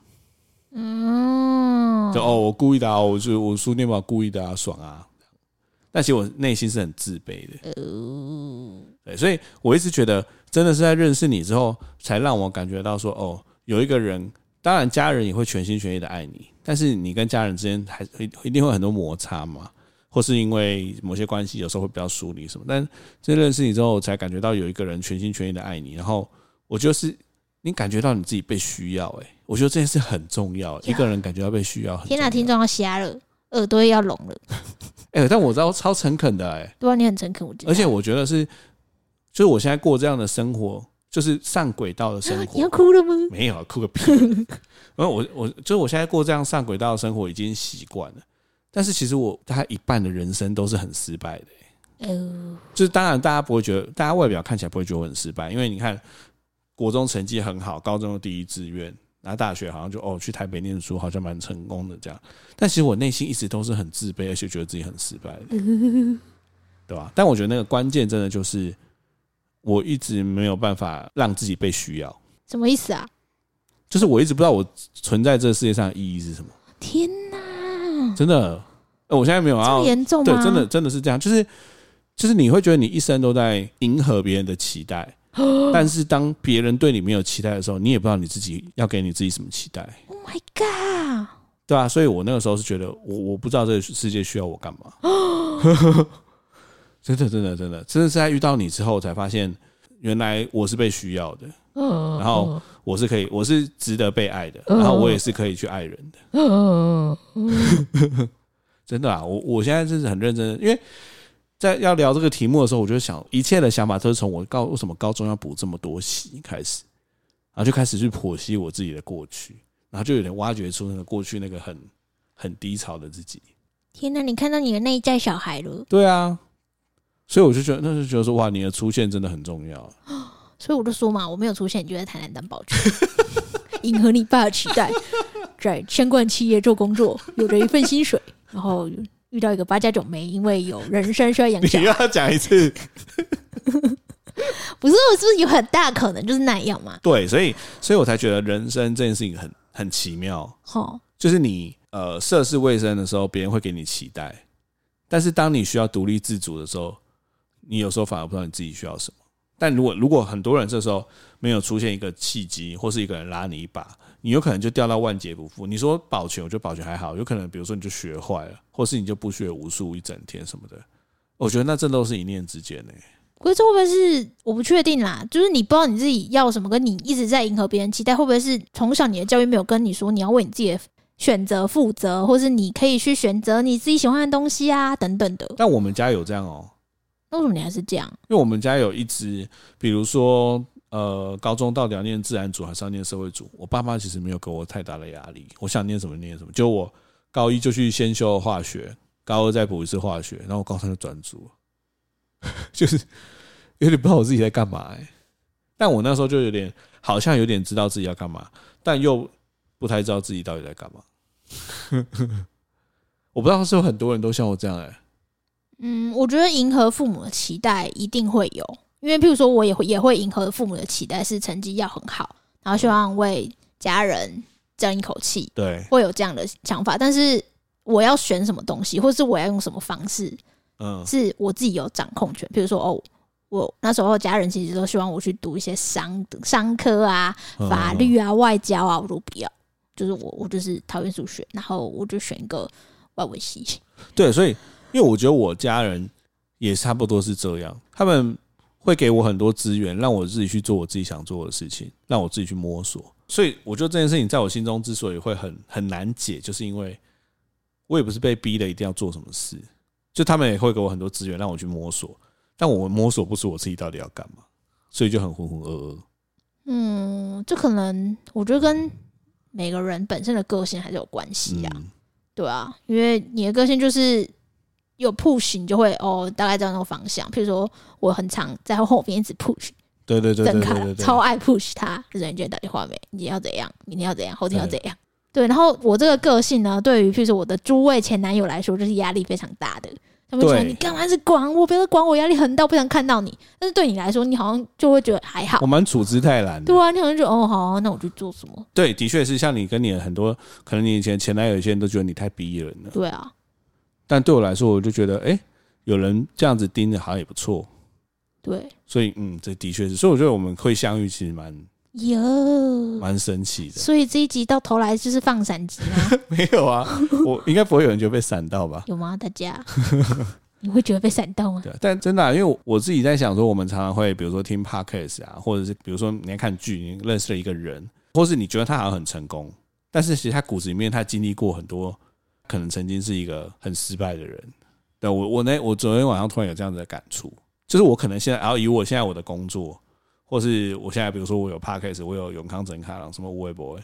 S2: 嗯，
S1: 就哦，我故意的、啊，我就我书念不好故意的啊，爽啊。但其实我内心是很自卑的，
S2: 哦，
S1: 对，所以我一直觉得，真的是在认识你之后，才让我感觉到说，哦，有一个人，当然家人也会全心全意的爱你，但是你跟家人之间还一一定会很多摩擦嘛，或是因为某些关系有时候会比较疏离什么。但真认识你之后，我才感觉到有一个人全心全意的爱你，然后我就是你感觉到你自己被需要、欸，我觉得这件事很重要，欸一个人感觉到被需要很重
S2: 啊天
S1: 要。
S2: 哪、听众要瞎了，耳朵要聋了，
S1: 哎、但我知道超诚恳的哎、
S2: 对啊吧、你很诚恳，我知道。
S1: 而且我觉得是，就是我现在过这样的生活，就是上轨道的生
S2: 你要
S1: 活，
S2: 哭了吗？
S1: 没有啊哭个屁。然后我我就是我现在过这样上轨道的生活已经习惯了，但是其实我大概一半的人生都是很失败的、欸
S2: 哦，
S1: 就是当然大家不会觉得，大家外表看起来不会觉得我很失败，因为你看国中成绩很好，高中的第一志愿，然后大学好像就哦去台北念书，好像蛮成功的这样。但其实我内心一直都是很自卑，而且觉得自己很失败的，对吧？但我觉得那个关键真的就是我一直没有办法让自己被需要，
S2: 什么意思啊？
S1: 就是我一直不知道我存在这世界上的意义是什么，
S2: 天哪！
S1: 真的。呃我现在没有
S2: 这么
S1: 要
S2: 严重吗？
S1: 对，真的真的是这样，就是就是你会觉得你一生都在迎合别人的期 待，但是当别人对你没有期待的时候，你也不知道你自己要给你自己什么期待，
S2: ，Oh my god！
S1: 对啊，所以我那个时候是觉得我我不知道这个世界需要我干嘛， 真的真的真的，真的是在遇到你之后才发现，原来我是被需要的，
S2: 嗯，
S1: 然后我是可以，我是值得被爱的，然后我也是可以去爱人的。
S2: 嗯，
S1: 真的啊，我我现在就是很认真的，因为在要聊这个题目的时候，我就想一切的想法都是从我高为什么高中要补这么多习开始，然后就开始去剖析我自己的过去，然后就有点挖掘出那个过去那个很很低潮的自己。
S2: 天哪，你看到你的内在小孩了，
S1: 对啊，所以我就觉得那就觉得说哇，你的出现真的很重要啊。
S2: 所以我就说嘛，我没有出现，你就在台南当保全，迎合你爸的期待，在相关企业做工作， 有着一份薪水，然后遇到一个八家九妹，因为有人生需要养小
S1: 你又
S2: 孩，
S1: 要讲一次，
S2: 不是我是不是有很大可能就是那样嘛？
S1: 对，所以所以我才觉得人生这件事情很很奇妙。
S2: 吼，
S1: 就是你呃涉世未深的时候，别人会给你期待，但是当你需要独立自主的时候，你有时候反而不知道你自己需要什么。但如果如果很多人这时候没有出现一个契机，或是一个人拉你一把，你有可能就掉到万劫不复。你说保全，我觉得保全还好，有可能比如说你就学坏了，或是你就不学无术一整天什么的。我觉得那这都是一念之间呢、
S2: 可是这会不会是我不确定啦？就是你不知道你自己要什么，跟你一直在迎合别人期待，会不会是从小你的教育没有跟你说你要为你自己的选择负责，或是你可以去选择你自己喜欢的东西啊等等的？
S1: 但我们家有这样哦、
S2: 那为什么你还是这样？
S1: 因为我们家有一只，比如说，呃，高中到底要念自然组还是要念社会组，我爸妈其实没有给我太大的压力，我想念什么念什么。就我高一就去先修化学，高二再补一次化学，然后我高三就转组， 就是有点不知道我自己在干嘛、欸。但我那时候就有点好像有点知道自己要干嘛，但又不太知道自己到底在干嘛。 我不知道是不是很多人都像我这样哎、欸
S2: 嗯，我觉得迎合父母的期待一定会有，因为譬如说，我也会也会迎合父母的期待，是成绩要很好，然后希望为家人争一口气，
S1: 对，
S2: 会有这样的想法。但是我要选什么东西，或是我要用什么方式，
S1: 嗯，
S2: 是我自己有掌控权。譬如说，哦，我那时候家人其实都希望我去读一些商商科啊、
S1: 嗯
S2: 法律啊、外交啊，我都不要，就是我我就是讨厌数学，然后我就选一个外文系。
S1: 对，所以因为我觉得我家人也差不多是这样，他们会给我很多资源，让我自己去做我自己想做的事情，让我自己去摸索。所以我觉得这件事情在我心中之所以会很很难解，就是因为我也不是被逼的一定要做什么事，就他们也会给我很多资源让我去摸索，但我摸索不出我自己到底要干嘛，所以就很浑浑噩噩。
S2: 嗯，这可能我觉得跟每个人本身的个性还是有关系啊，
S1: 嗯，
S2: 对啊，因为你的个性就是有 push，你就会哦，大概知道那个方向。譬如说，我很常在后面一直 push
S1: 对对对对
S2: 郑
S1: 对
S2: 恺
S1: 对对，
S2: 超爱 push 他，就是人家打电话没，你要怎样，明天要怎样，后天要怎样。对，然后我这个个性呢，对于譬如说我的诸位前男友来说，就是压力非常大的。他们就说
S1: 对
S2: 你干嘛是管我，不要管我，压力很大，我不想看到你。但是对你来说，你好像就会觉得还好
S1: 我，蛮处之泰然的
S2: 对。啊，你好像就哦好啊那我就做什么？
S1: 对，的确是像你跟你的很多，可能你以前前男友有些人都觉得你太逼人了。
S2: 对啊，
S1: 但对我来说，我就觉得，哎、有人这样子盯着好像也不错。
S2: 对，
S1: 所以，嗯，这的确是，所以我觉得我们会相遇，其实蛮
S2: 哟、
S1: 蛮神奇的。
S2: 所以这一集到头来就是放闪集啊，
S1: 没有啊，我应该不会有人觉得被闪到吧？
S2: 有吗？大家，你会觉得被闪到 吗？
S1: 对啊，但真的啊、因为我我自己在想说，我们常常会比如说听 podcast 啊，或者是比如说你在看剧，你认识了一个人，或是你觉得他好像很成功，但是其实他骨子里面他经历过很多，可能曾经是一个很失败的人。对我我那我昨天晚上突然有这样子的感触，就是我可能现在，然后以我现在我的工作，或是我现在比如说我有 podcast，我有永康整卡郎什么无微博。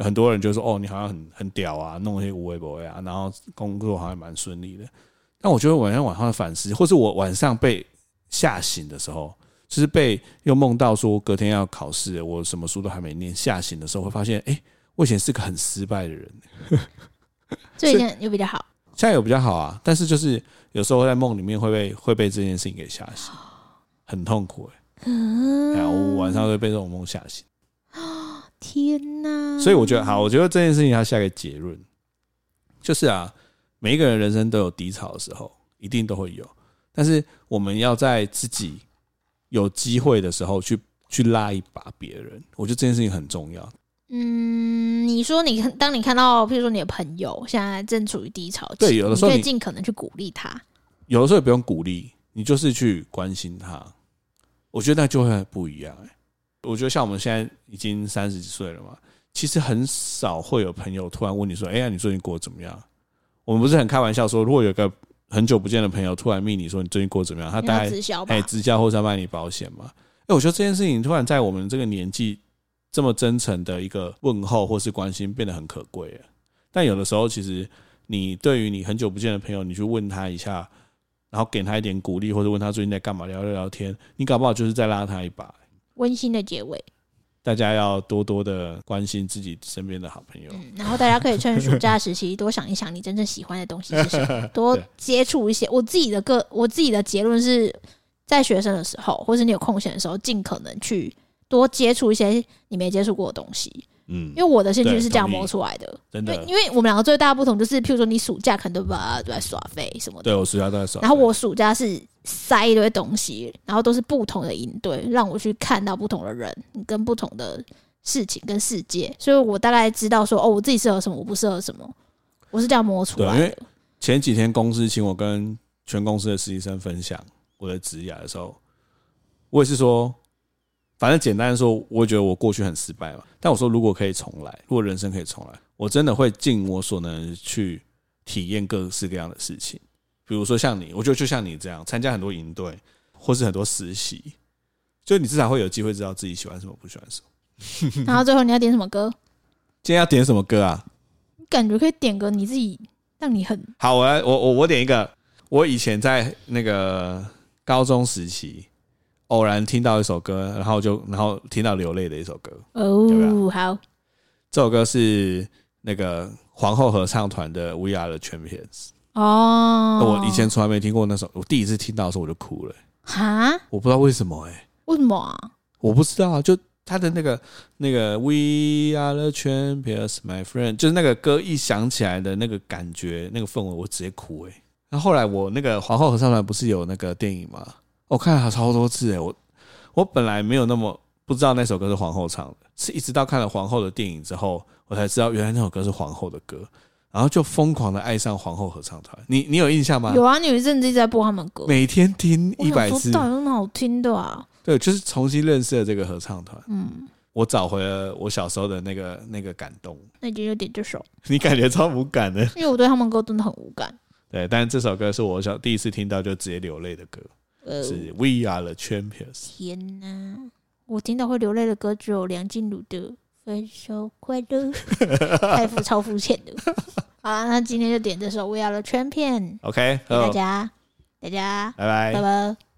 S1: 很多人就说：“哦，你好像很很屌啊，弄一些无微博啊，然后工作好像蛮顺利的。”但我觉得晚上晚上的反思，或是我晚上被吓醒的时候，就是被又梦到说隔天要考试，我什么书都还没念，吓醒的时候会发现，哎、我以前是个很失败的人，
S2: 所以现在又比较好，
S1: 现在有比较好啊，但是就是有时候会在梦里面会被会被这件事情给吓醒，很痛苦 哎、
S2: 嗯，
S1: 然后我晚上会被这种梦吓醒，
S2: 天哪！嗯
S1: 所以我觉得好，我觉得这件事情要下个结论，就是啊，每一个人人生都有低潮的时候，一定都会有。但是我们要在自己有机会的时候去去拉一把别人，我觉得这件事情很重要。
S2: 嗯，你说你看，当你看到，譬如说你的朋友现在正处于低潮期，
S1: 对有的时候
S2: 你可以
S1: 你
S2: 尽可能去鼓励他。
S1: 有的时候也不用鼓励，你就是去关心他，我觉得那就会不一样、欸。我觉得像我们现在已经三十几岁了嘛，其实很少会有朋友突然问你说：“哎、呀，你最近过得怎么样？”我们不是很开玩笑说，如果有个很久不见的朋友突然密你说你最近过得怎么样，他
S2: 你
S1: 大
S2: 要
S1: 概
S2: 直销吧
S1: 哎，，直销或是要卖你保险嘛？哎、我觉得这件事情突然在我们这个年纪这么真诚的一个问候或是关心变得很可贵耶。但有的时候，其实你对于你很久不见的朋友，你去问他一下，然后给他一点鼓励，或者问他最近在干嘛，聊聊聊天，你搞不好就是在拉他一把。
S2: 温馨的结尾。
S1: 大家要多多的关心自己身边的好朋友。
S2: 嗯，然后大家可以趁暑假时期多想一想你真正喜欢的东西是什 么，多
S1: 对
S2: 接触一些。我自己的个我自己的结论是在学生的时候，或是你有空闲的时候，尽可能去多接触一些你没接触过的东西。
S1: 嗯
S2: 因为，我的兴趣是这样
S1: 对同意
S2: 摸出来的。
S1: 真
S2: 对
S1: 的，
S2: 因为我们两个最大的不同就是，譬如说你暑假可能都把都在耍废什么的，
S1: 对我暑假都在耍。
S2: 然后我暑假是塞一堆东西，然后都是不同的营队，让我去看到不同的人，跟不同的事情跟世界，所以我大概知道说，哦，我自己适合什么，我不适合什么，我是这样摸出
S1: 对，
S2: 来
S1: 因为
S2: 的。
S1: 前几天公司请我跟全公司的实习生分享我的职涯的时候，我也是说，反正简单的说，我觉得我过去很失败嘛。但我说，如果可以重来，如果人生可以重来，我真的会尽我所能去体验各式各样的事情。比如说像你，我觉得就像你这样，参加很多营队，或是很多实习，就你至少会有机会知道自己喜欢什么，不喜欢什么。
S2: 然后最后你要点什么歌？
S1: 今天要点什么歌啊？
S2: 你感觉可以点个你自己让你很
S1: 好，我来，我我我点一个，我以前在那个高中时期偶然听到一首歌，然后就然后听到流泪的一首歌。要不
S2: 哦，好，
S1: 这首歌是那个皇后合唱团的《We Are the Champions》，
S2: 哦，
S1: 我以前从来没听过那首，我第一次听到的时候我就哭了、
S2: 哈，
S1: 我不知道为什么哎、
S2: 为什么啊？
S1: 我不知道啊，就他的那个那个 We Are the Champions, my friend，就是那个歌一响起来的那个感觉，那个氛围，我直接哭哎、欸。然后后来我那个皇后合唱团不是有那个电影吗？我看了超多次哎、欸，我我本来没有那么不知道那首歌是皇后唱的，是一直到看了皇后的电影之后，我才知道原来那首歌是皇后的歌，然后就疯狂的爱上皇后合唱团。你你有印象吗
S2: 有？啊，你有一阵子一直在播他们歌，
S1: 每天听
S2: 我
S1: 一
S2: 想
S1: 百
S2: 说
S1: 次，
S2: 到底有什么好听的啊？
S1: 对，就是重新认识了这个合唱团。
S2: 嗯，
S1: 我找回了我小时候的那个那个感动。
S2: 那就有点这首，
S1: 你感觉超无感的，
S2: 因为我对他们歌真的很无感。
S1: 对。但是这首歌是我小第一次听到就直接流泪的歌，
S2: 呃，
S1: 是 We Are the Champions。
S2: 天哪！我听到会流泪的歌只有梁静茹的《分手快乐》，太肤超肤浅的。好啦，那今天就点这首《We Are the Champion》
S1: OK，
S2: 给大
S1: 好
S2: 家，大家
S1: 拜拜
S2: 拜。拜。